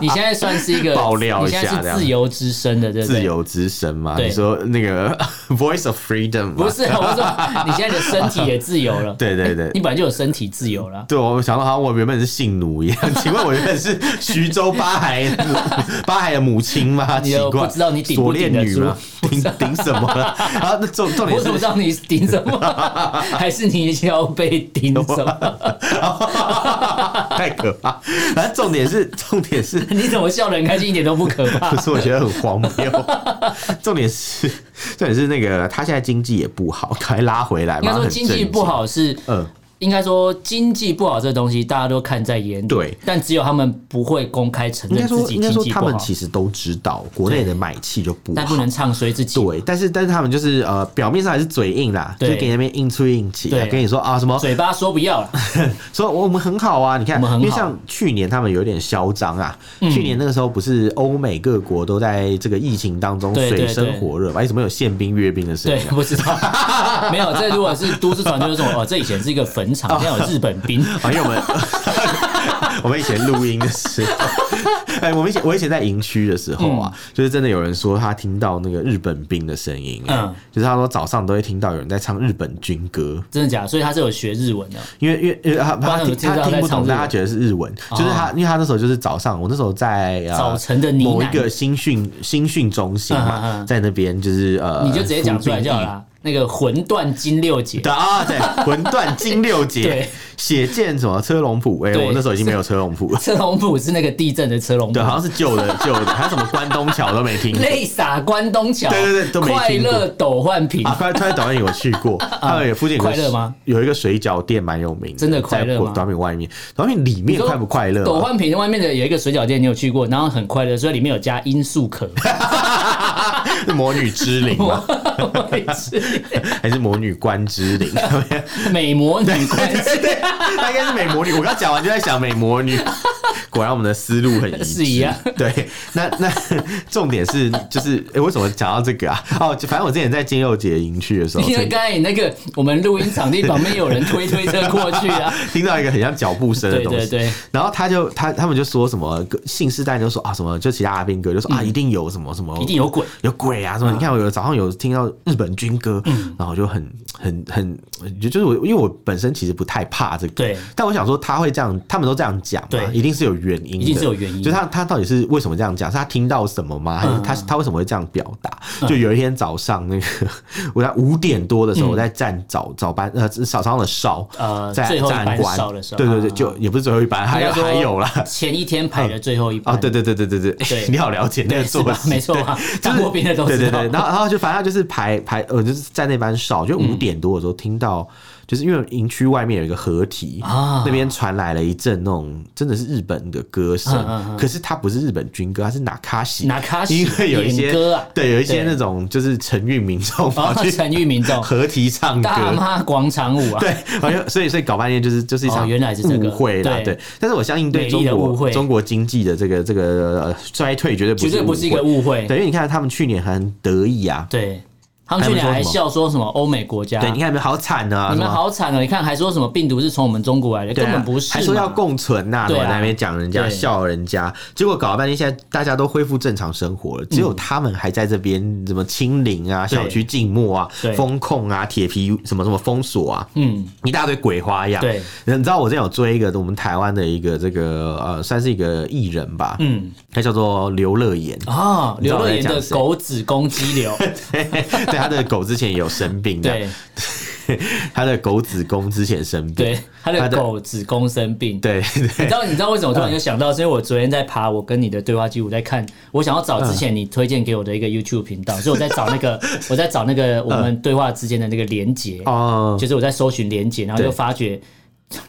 Speaker 2: 你现在算是一个
Speaker 1: 啊 [LAUGHS] 爆料一下
Speaker 2: 你现在是自由之身的，对不对？
Speaker 1: 自由之神嘛？
Speaker 2: 对
Speaker 1: 你说那个 [LAUGHS] Voice of Freedom 吗
Speaker 2: 不是，我说你现在的身体也自由了，
Speaker 1: [LAUGHS] 对对对
Speaker 2: 你本来就有身体自由了。
Speaker 1: 对，我想到好像我原本是性奴
Speaker 2: [LAUGHS]
Speaker 1: 一样，请问我原本是徐州八孩八孩的 [LAUGHS] 母亲吗？
Speaker 2: 你
Speaker 1: 奇
Speaker 2: 又
Speaker 1: 怪，
Speaker 2: 不知道你顶不
Speaker 1: 锁
Speaker 2: 顶
Speaker 1: 链
Speaker 2: 得
Speaker 1: 女
Speaker 2: 住
Speaker 1: 吗？顶顶什么了？然后那重重点
Speaker 2: 我怎么
Speaker 1: 是。
Speaker 2: 知道你顶什么？ [LAUGHS] 还是你要被顶什么？
Speaker 1: [LAUGHS]
Speaker 2: [LAUGHS]
Speaker 1: 太可怕！然后重点是，重点是，
Speaker 2: 你怎么笑得很开心，一点都不可怕
Speaker 1: 可？是我觉得很荒
Speaker 2: [LAUGHS]
Speaker 1: 谬。重点是，重点是那个他现在经济也不好，赶快拉回来
Speaker 2: 应
Speaker 1: 嘛。
Speaker 2: 该说
Speaker 1: 很
Speaker 2: 经济
Speaker 1: 震
Speaker 2: 不
Speaker 1: 惊，
Speaker 2: 好是，
Speaker 1: 嗯，
Speaker 2: 应该说经济不好这东西大家都看在眼里，
Speaker 1: 对，
Speaker 2: 但只有他们不会公开承
Speaker 1: 应
Speaker 2: 认
Speaker 1: 该
Speaker 2: 自
Speaker 1: 说，
Speaker 2: 己
Speaker 1: 应
Speaker 2: 经
Speaker 1: 该说
Speaker 2: 济
Speaker 1: 他
Speaker 2: 不
Speaker 1: 们
Speaker 2: 好，
Speaker 1: 其实都知道国内的买气就不
Speaker 2: 但
Speaker 1: 好
Speaker 2: 不。能唱衰自己。
Speaker 1: 对，但是但是他们就是呃，表面上还是嘴硬啦，就
Speaker 2: 对
Speaker 1: 是给你那边硬吹硬气啊
Speaker 2: 对，
Speaker 1: 跟你说啊什么，
Speaker 2: 嘴巴说不要了，
Speaker 1: 说我们很好啊，你看
Speaker 2: 我们，很
Speaker 1: 因
Speaker 2: 好嗯
Speaker 1: 为像去年他们有点嚣张啊，去年那个时候不是欧美各国都在这个疫情当中
Speaker 2: 对对
Speaker 1: 水深
Speaker 2: 对
Speaker 1: 火热嘛，哎，怎么有宪兵阅兵的声
Speaker 2: 对
Speaker 1: 音，啊？
Speaker 2: 不知道，
Speaker 1: [LAUGHS]
Speaker 2: 没有。这如果是都市传说，就是说哦，这以前是一个坟场，现在有日本兵， [LAUGHS]
Speaker 1: 啊，因为我们我们以前录音的时候，哎，我们以前我以前在营区的时候啊，
Speaker 2: 嗯
Speaker 1: 就是真的有人说他听到那个日本兵的声音、哎
Speaker 2: 嗯
Speaker 1: 就是他说早上都会听到有人在唱日本军歌，
Speaker 2: 真的假的？所以他是有学日文的，
Speaker 1: 因为因为因为他
Speaker 2: 然
Speaker 1: 他
Speaker 2: 怎么
Speaker 1: 听
Speaker 2: 知道
Speaker 1: 他听不
Speaker 2: 在
Speaker 1: 懂，
Speaker 2: 唱日文哦
Speaker 1: 但他觉得是日文，就是他因为他那时候就是早上，我那时候在、呃、
Speaker 2: 早晨的呢喃
Speaker 1: 某一个新训新训中心嘛，
Speaker 2: 嗯嗯嗯
Speaker 1: 在那边就是呃，
Speaker 2: 你就直接讲出来
Speaker 1: 服
Speaker 2: 就
Speaker 1: 兵
Speaker 2: 好
Speaker 1: 役
Speaker 2: 啦。那个魂断金六节，
Speaker 1: 对啊，对，魂断金
Speaker 2: [LAUGHS]
Speaker 1: 六节
Speaker 2: 对，
Speaker 1: 血溅什么车龙谱？哎、
Speaker 2: 对
Speaker 1: 我那时候已经没有车龙谱了，
Speaker 2: 车龙谱是那个地震的车龙谱
Speaker 1: 对，，好像是旧
Speaker 2: [LAUGHS]
Speaker 1: 的旧的，还有什么关东桥都没听过。
Speaker 2: 泪洒关东桥，
Speaker 1: 对对对都没
Speaker 2: 快
Speaker 1: 听过
Speaker 2: 乐斗焕平，
Speaker 1: 啊，快快乐短面有去过，还有附近有个
Speaker 2: 啊快乐吗？
Speaker 1: 有一个水饺店蛮有名的，
Speaker 2: 真的快乐吗
Speaker 1: 在短面外面，短面里面
Speaker 2: 说
Speaker 1: 快不快乐
Speaker 2: 斗
Speaker 1: 啊？
Speaker 2: 焕平外面的有一个水饺店，你有去过？然后很快乐，所以里面有加罂
Speaker 1: [LAUGHS]
Speaker 2: 粟壳，啊
Speaker 1: 是魔女之灵吗？
Speaker 2: [LAUGHS] 我也是
Speaker 1: 还是魔女关之灵？
Speaker 2: 美魔女关系
Speaker 1: 她应该是美魔女。我刚讲完就在想美魔
Speaker 2: [LAUGHS]
Speaker 1: 女，果然我们的思路很一致。
Speaker 2: 是一样
Speaker 1: 对，那那重点是就是，哎、为什么讲到这个啊？哦，就反正我之前在金佑节营区的时候，
Speaker 2: 因为
Speaker 1: 曾
Speaker 2: 刚才你那个我们录音场地旁边有人推推车过去啊，
Speaker 1: [LAUGHS] 听到一个很像脚步声的
Speaker 2: 对
Speaker 1: 东西，
Speaker 2: 对对，
Speaker 1: 然后他就他他们就说什么信誓旦旦就说啊什么，就其他阿兵哥就说、啊一定有什么什么，
Speaker 2: 嗯一定有嗯鬼。
Speaker 1: 有鬼啊什么？你看我有早上有听到日本军歌，
Speaker 2: 嗯
Speaker 1: 然后我就很很很就就是我因为我本身其实不太怕这个，
Speaker 2: 对
Speaker 1: 但我想说他会这样，他们都这样讲嘛，
Speaker 2: 对
Speaker 1: 一定是有原因的，
Speaker 2: 一定是有原因
Speaker 1: 就他他到底是为什么这样讲？是他听到什么吗？还是
Speaker 2: 嗯
Speaker 1: 他他为什么会这样表达？就有一天早上那个 [LAUGHS] 我在五点多的时候，
Speaker 2: 嗯
Speaker 1: 我在站早早班呃早上的哨
Speaker 2: 呃
Speaker 1: 在
Speaker 2: 最后一
Speaker 1: 站
Speaker 2: 班
Speaker 1: 关
Speaker 2: 哨的时候
Speaker 1: 对对
Speaker 2: 啊
Speaker 1: 对，就也不是最后一班，还有
Speaker 2: 应该说
Speaker 1: 还有啦。
Speaker 2: 前一天排的最后一
Speaker 1: 啊、
Speaker 2: 班。
Speaker 1: 对对对对对对，[LAUGHS]
Speaker 2: 对
Speaker 1: 你好了解那个
Speaker 2: 对
Speaker 1: 作
Speaker 2: 是吧 [LAUGHS]
Speaker 1: 息，
Speaker 2: 没错
Speaker 1: 对
Speaker 2: 啊
Speaker 1: 就是
Speaker 2: 当过兵的都
Speaker 1: 对对
Speaker 2: 知道
Speaker 1: 对，然后然后就反正他就是排排，呃，就是在那班哨，就
Speaker 2: 嗯
Speaker 1: 五点多的时候听到，就是因为营区外面有一个合体
Speaker 2: 啊
Speaker 1: 那边传来了一阵那种真的是日本的歌声，
Speaker 2: 嗯嗯嗯
Speaker 1: 可是它不是日本军歌，它是哪卡西
Speaker 2: Nakashi，
Speaker 1: 因为有一些
Speaker 2: 演歌啊
Speaker 1: 对，有一些
Speaker 2: 对
Speaker 1: 那种就是城域民众跑
Speaker 2: 啊，
Speaker 1: 去
Speaker 2: 陈玉民众
Speaker 1: [LAUGHS] 合体唱歌，
Speaker 2: 大妈广场舞
Speaker 1: [LAUGHS]
Speaker 2: 啊，
Speaker 1: 对，
Speaker 2: [LAUGHS]
Speaker 1: 好像所以所以搞半天就是就是一场
Speaker 2: 哦原来是这个
Speaker 1: 误会啦，
Speaker 2: 对
Speaker 1: 对。但是我相信对
Speaker 2: 美
Speaker 1: 中
Speaker 2: 丽的误
Speaker 1: 国
Speaker 2: 会
Speaker 1: 中国经济的这个这个呃衰退绝对不是
Speaker 2: 绝对不是一个
Speaker 1: 误
Speaker 2: 误会
Speaker 1: 会，。对，因为你看他们去年还很得意啊，
Speaker 2: 对，他们去年还笑说什么欧美国家，
Speaker 1: 对，你看有没有好惨啊？
Speaker 2: 你
Speaker 1: 什
Speaker 2: 们
Speaker 1: 么
Speaker 2: 好惨哦！你看还说什么病毒是从我们中国来的，
Speaker 1: 对啊
Speaker 2: 根本不是嘛，
Speaker 1: 还说要共存呐、
Speaker 2: 对啊
Speaker 1: 我在那边讲人家
Speaker 2: 对
Speaker 1: 笑人家，结果搞了半天，现在大家都恢复正常生活了，只有他们还在这边什么清零啊、
Speaker 2: 嗯对
Speaker 1: 小区静默啊
Speaker 2: 对、
Speaker 1: 风控啊、铁皮什么什么封锁啊，
Speaker 2: 嗯，
Speaker 1: 一大堆鬼花样。
Speaker 2: 对，
Speaker 1: 你知道我之前有追一个我们台湾的一个这个呃，算是一个艺人吧，
Speaker 2: 嗯，
Speaker 1: 他叫做刘乐言。
Speaker 2: 啊，
Speaker 1: 你知
Speaker 2: 刘
Speaker 1: 道我
Speaker 2: 乐
Speaker 1: 在
Speaker 2: 言的
Speaker 1: 讲谁
Speaker 2: 狗子宫肌瘤，
Speaker 1: [LAUGHS] 对，啊他的狗之前也有生病，这样
Speaker 2: 对
Speaker 1: 他的狗子宫之前生病，
Speaker 2: 对，他
Speaker 1: 他
Speaker 2: 的
Speaker 1: 的
Speaker 2: 狗子宫生病。
Speaker 1: 对嗯
Speaker 2: 你
Speaker 1: 对
Speaker 2: 知道你知道为什么我突然就想到？是因为我昨天在爬我跟你的对话记录，在看我想要找之前你推荐给我的一个 YouTube 频道，所以我在找那
Speaker 1: [LAUGHS]
Speaker 2: 个我在找那个我们对话之间的那个连接，
Speaker 1: 哦，
Speaker 2: 就是我在搜寻连接，然后就
Speaker 1: 对
Speaker 2: 发觉。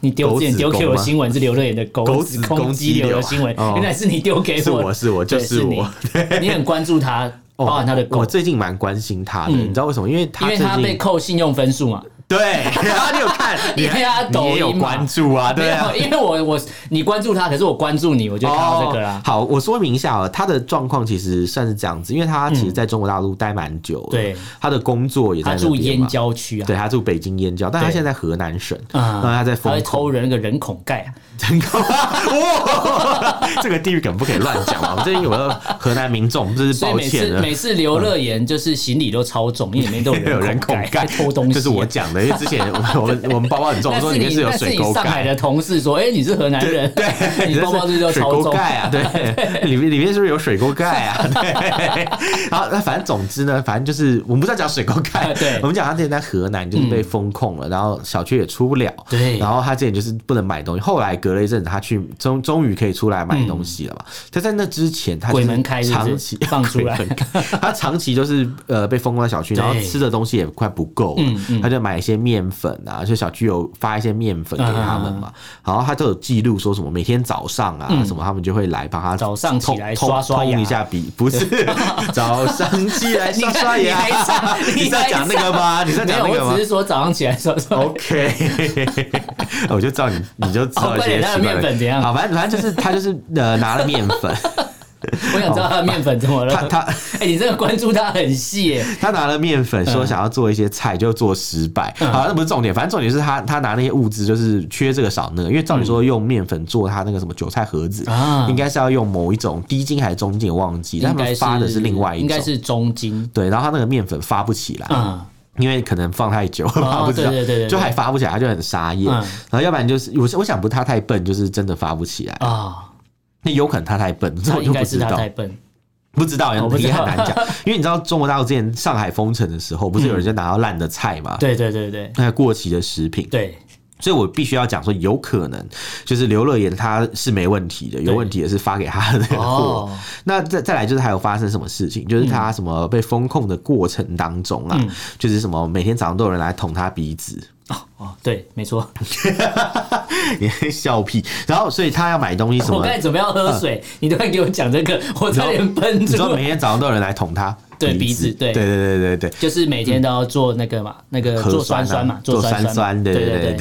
Speaker 2: 你丢
Speaker 1: 狗
Speaker 2: 之前
Speaker 1: 子
Speaker 2: 丢给
Speaker 1: 宫
Speaker 2: 我
Speaker 1: 吗
Speaker 2: 新闻是刘乐言的狗
Speaker 1: 狗
Speaker 2: 子
Speaker 1: 子
Speaker 2: 攻
Speaker 1: 宫
Speaker 2: 击
Speaker 1: 肌
Speaker 2: 流
Speaker 1: 瘤
Speaker 2: 的
Speaker 1: 啊
Speaker 2: 新闻，
Speaker 1: 哦
Speaker 2: 原来是你丢给
Speaker 1: 是
Speaker 2: 我
Speaker 1: 我
Speaker 2: 的，
Speaker 1: 是我就
Speaker 2: 对
Speaker 1: 是
Speaker 2: 你
Speaker 1: 我， [LAUGHS]
Speaker 2: [LAUGHS]
Speaker 1: 哦
Speaker 2: 你很关注他，包含他的
Speaker 1: 我
Speaker 2: 狗，嗯
Speaker 1: 最近蛮关心他的，你知道为什么？因为他
Speaker 2: 因为
Speaker 1: 最
Speaker 2: 他被
Speaker 1: 近
Speaker 2: 扣信用分数嘛，
Speaker 1: 对，然后你有看， [LAUGHS] 你
Speaker 2: [LAUGHS] 因为他
Speaker 1: 还
Speaker 2: 抖
Speaker 1: 你
Speaker 2: 音
Speaker 1: 也有
Speaker 2: 嘛
Speaker 1: 关注啊，对啊
Speaker 2: [LAUGHS] 没，有因为我我你关注他，可是我关注你，我就看到这个啦
Speaker 1: 哦。。好，我说明一下啊，他的状况其实算是这样子，因为他其实在中国大陆待蛮久的，
Speaker 2: 嗯对，
Speaker 1: 他的工作也在
Speaker 2: 他
Speaker 1: 那边
Speaker 2: 住
Speaker 1: 嘛
Speaker 2: 燕，郊区啊，
Speaker 1: 对他住北京燕郊，但他
Speaker 2: 对
Speaker 1: 现在在河南省，
Speaker 2: 啊
Speaker 1: 然后他在
Speaker 2: 他会
Speaker 1: 封
Speaker 2: 偷
Speaker 1: 控，
Speaker 2: 人那个人孔盖啊，
Speaker 1: 真高， [LAUGHS] 哇， [LAUGHS] 这个地域梗不可以乱讲啊！我们这边有个河南民众，这是
Speaker 2: 所以
Speaker 1: 抱
Speaker 2: 每
Speaker 1: 歉啊
Speaker 2: 次
Speaker 1: 了。
Speaker 2: 每次刘乐言就是行李都超重，因为里面都
Speaker 1: [LAUGHS] 没有人
Speaker 2: 人
Speaker 1: 孔
Speaker 2: 盖，
Speaker 1: 盖
Speaker 2: 会偷东西。啊
Speaker 1: 这是我讲的，因为之前我们我们我们包包很重，我
Speaker 2: [LAUGHS] 那
Speaker 1: 说
Speaker 2: 是
Speaker 1: 里面
Speaker 2: 你
Speaker 1: 是有
Speaker 2: 那是
Speaker 1: 水
Speaker 2: 你
Speaker 1: 沟
Speaker 2: 上海
Speaker 1: 盖，
Speaker 2: 的同事说，哎，你是河南人，
Speaker 1: 对，
Speaker 2: [LAUGHS] 你包包这就
Speaker 1: 水
Speaker 2: 超
Speaker 1: 沟
Speaker 2: 重。
Speaker 1: 盖啊，对，里面里面是不是有水沟盖啊？对，然后那反正总之呢，反正就是我们不是要讲水沟盖，
Speaker 2: 啊对嗯
Speaker 1: 我们讲他之前在河南就是被封控了，然后小区也出不了，
Speaker 2: 对
Speaker 1: 然后他之前就是不能买东西，后来隔了一阵子，他去终终于可以出来买东西了嘛。他在那之前，他就是
Speaker 2: 嗯鬼门开是不是
Speaker 1: 长期
Speaker 2: 放出
Speaker 1: [LAUGHS]
Speaker 2: 来
Speaker 1: 鬼门开他长期就是呃被封控在小区，然后
Speaker 2: 对嗯
Speaker 1: 吃的东西也快不够了，他就买一些面粉啊，就小区有发一些面粉给他
Speaker 2: 啊
Speaker 1: 们嘛，然后他都有记录说什么每天早上啊什么，他们就会来帮他
Speaker 2: 嗯早上起
Speaker 1: 通
Speaker 2: 来
Speaker 1: 通
Speaker 2: 刷刷牙
Speaker 1: 通一下鼻，不
Speaker 2: [LAUGHS]
Speaker 1: 是早上起来
Speaker 2: [LAUGHS] 你
Speaker 1: 刷
Speaker 2: 看
Speaker 1: 刷
Speaker 2: 你
Speaker 1: [LAUGHS]
Speaker 2: 还
Speaker 1: 牙，
Speaker 2: 唱，
Speaker 1: 你在
Speaker 2: 还
Speaker 1: 讲那个吗？你在
Speaker 2: [LAUGHS] 没
Speaker 1: 讲
Speaker 2: 有，
Speaker 1: 那个
Speaker 2: 我
Speaker 1: 吗哦
Speaker 2: 只？是说早上起来说说
Speaker 1: OK，我 [LAUGHS] 就知道你，你就知道
Speaker 2: 哦
Speaker 1: 一
Speaker 2: 快
Speaker 1: 些
Speaker 2: 点那个
Speaker 1: 奇怪
Speaker 2: 面粉怎样 [LAUGHS]
Speaker 1: 好，反正反正就是他就是呃拿了面粉。
Speaker 2: [LAUGHS] 我想知道他的面粉怎么了。
Speaker 1: 他他
Speaker 2: [LAUGHS] 哎、你这个关注他很细耶。
Speaker 1: 他拿了面粉，
Speaker 2: 嗯
Speaker 1: 说想要做一些菜，就做失败。好，那不是重点，反正重点是他他拿那些物资，就是缺这个少那个。因为照理说用面粉做他那个什么韭菜盒子
Speaker 2: 啊，
Speaker 1: 应该是要用某一种低筋还是中筋，我忘记。但
Speaker 2: 应
Speaker 1: 他
Speaker 2: 该
Speaker 1: 们发的是另外一
Speaker 2: 应该
Speaker 1: 种，
Speaker 2: 是中金
Speaker 1: 对。然后他那个面粉发不起来，
Speaker 2: 啊、
Speaker 1: 因为可能放太久， [LAUGHS] 发不知道，
Speaker 2: 哦对对对对
Speaker 1: 就还发不起来，他就很傻眼。
Speaker 2: 嗯
Speaker 1: 然后要不然就是我我想不是他太笨，就是真的发不起来，
Speaker 2: 啊，
Speaker 1: 那有可能他太笨，这
Speaker 2: 他
Speaker 1: 我
Speaker 2: 啊应
Speaker 1: 就
Speaker 2: 该
Speaker 1: 不
Speaker 2: 是
Speaker 1: 知
Speaker 2: 他
Speaker 1: 道
Speaker 2: 太。笨
Speaker 1: 不知道
Speaker 2: 我不，知道
Speaker 1: 也很难讲，因为你知道中国大陆之前上海封城的时候，不是有
Speaker 2: 嗯
Speaker 1: 人就拿到烂的菜嘛，
Speaker 2: 对对对对
Speaker 1: 那个过期的食品， [LAUGHS]
Speaker 2: 对，
Speaker 1: 所以我必须要讲说，有可能就是刘乐言他是没问题的，有问题也是发给他的那个货。
Speaker 2: 哦，
Speaker 1: 那再再来就是还有发生什么事情，就是他什么被封控的过程当中啊，
Speaker 2: 嗯
Speaker 1: 就是什么每天早上都有人来捅他鼻子， [LAUGHS]
Speaker 2: 哦，对，没错。
Speaker 1: 你在笑屁，然后所以他要买东西什
Speaker 2: 我
Speaker 1: 么
Speaker 2: 刚。才准备要喝水，你突然给我讲这个，我差点喷
Speaker 1: 你
Speaker 2: 出
Speaker 1: 说
Speaker 2: 来。
Speaker 1: 每天早上都有人来捅他
Speaker 2: 对鼻子对
Speaker 1: 对对对对对，
Speaker 2: 就是每天都要做那个嘛，那个
Speaker 1: 核
Speaker 2: 做酸
Speaker 1: 啊
Speaker 2: 酸嘛，
Speaker 1: 做
Speaker 2: 酸
Speaker 1: 酸
Speaker 2: 酸嘛，
Speaker 1: 对
Speaker 2: 对
Speaker 1: 对对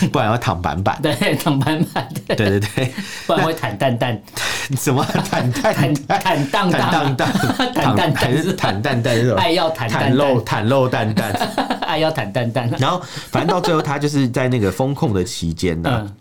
Speaker 1: 对，不然要躺板板，
Speaker 2: 对，对 [LAUGHS] 躺板板，对，
Speaker 1: 对对对，
Speaker 2: 不然会坦蛋蛋，
Speaker 1: 什
Speaker 2: [LAUGHS]
Speaker 1: 么坦
Speaker 2: 坦
Speaker 1: 坦
Speaker 2: 坦荡
Speaker 1: 坦荡，
Speaker 2: 荡
Speaker 1: 荡，
Speaker 2: 坦荡荡
Speaker 1: 还
Speaker 2: 是
Speaker 1: 是坦蛋蛋是吧？
Speaker 2: 爱要坦
Speaker 1: 袒
Speaker 2: 蛋
Speaker 1: 露
Speaker 2: 蛋，
Speaker 1: 袒露蛋蛋。
Speaker 2: [LAUGHS] 爱要坦蛋蛋，
Speaker 1: [LAUGHS] 然后反正到最后，他就是在那个风控的期间呢、
Speaker 2: 嗯，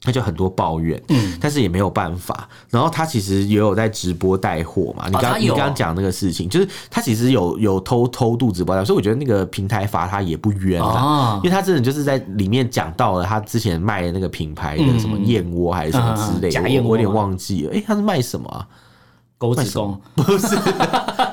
Speaker 1: 他就很多抱怨，但是也没有办法。然后他其实也有在直播带货嘛，你刚、
Speaker 2: 哦他
Speaker 1: 你
Speaker 2: 有
Speaker 1: 刚刚讲那个事情，就是他其实有有偷偷渡直播带货，所以我觉得那个平台罚他也不冤啦。
Speaker 2: 哦
Speaker 1: 因为他真的就是在里面讲到了他之前卖的那个品牌的什么燕窝还是什么之类的，
Speaker 2: 嗯嗯嗯嗯假燕窝
Speaker 1: 我我有点忘记了。哎、他是卖什么啊？
Speaker 2: 狗子宫，
Speaker 1: 不是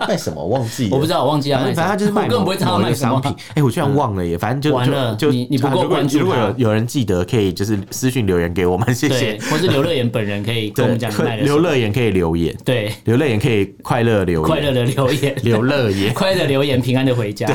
Speaker 1: 卖什么忘记了，
Speaker 2: 我不知道，我忘记要
Speaker 1: 反正
Speaker 2: 卖什
Speaker 1: 反正
Speaker 2: 么，
Speaker 1: 他就是卖
Speaker 2: 我根本不会知道
Speaker 1: 某一
Speaker 2: 卖
Speaker 1: 个
Speaker 2: 什
Speaker 1: 商
Speaker 2: 么嗯
Speaker 1: 品。。哎、我居然忘了耶！反正就
Speaker 2: 完了
Speaker 1: 就就
Speaker 2: 你你不够
Speaker 1: 如果
Speaker 2: 关注
Speaker 1: 如果
Speaker 2: 他
Speaker 1: 有有人记得，可以就是私信留言给我们，谢
Speaker 2: 对
Speaker 1: 谢。，
Speaker 2: 或是刘乐言本人可以跟我们讲你卖的什
Speaker 1: 刘
Speaker 2: 么，
Speaker 1: 乐言可以留言，
Speaker 2: 对，
Speaker 1: 刘乐言可以快乐留言，
Speaker 2: 快乐的留言，
Speaker 1: 刘乐 [LAUGHS] 言，
Speaker 2: 快乐留言，平安的回家，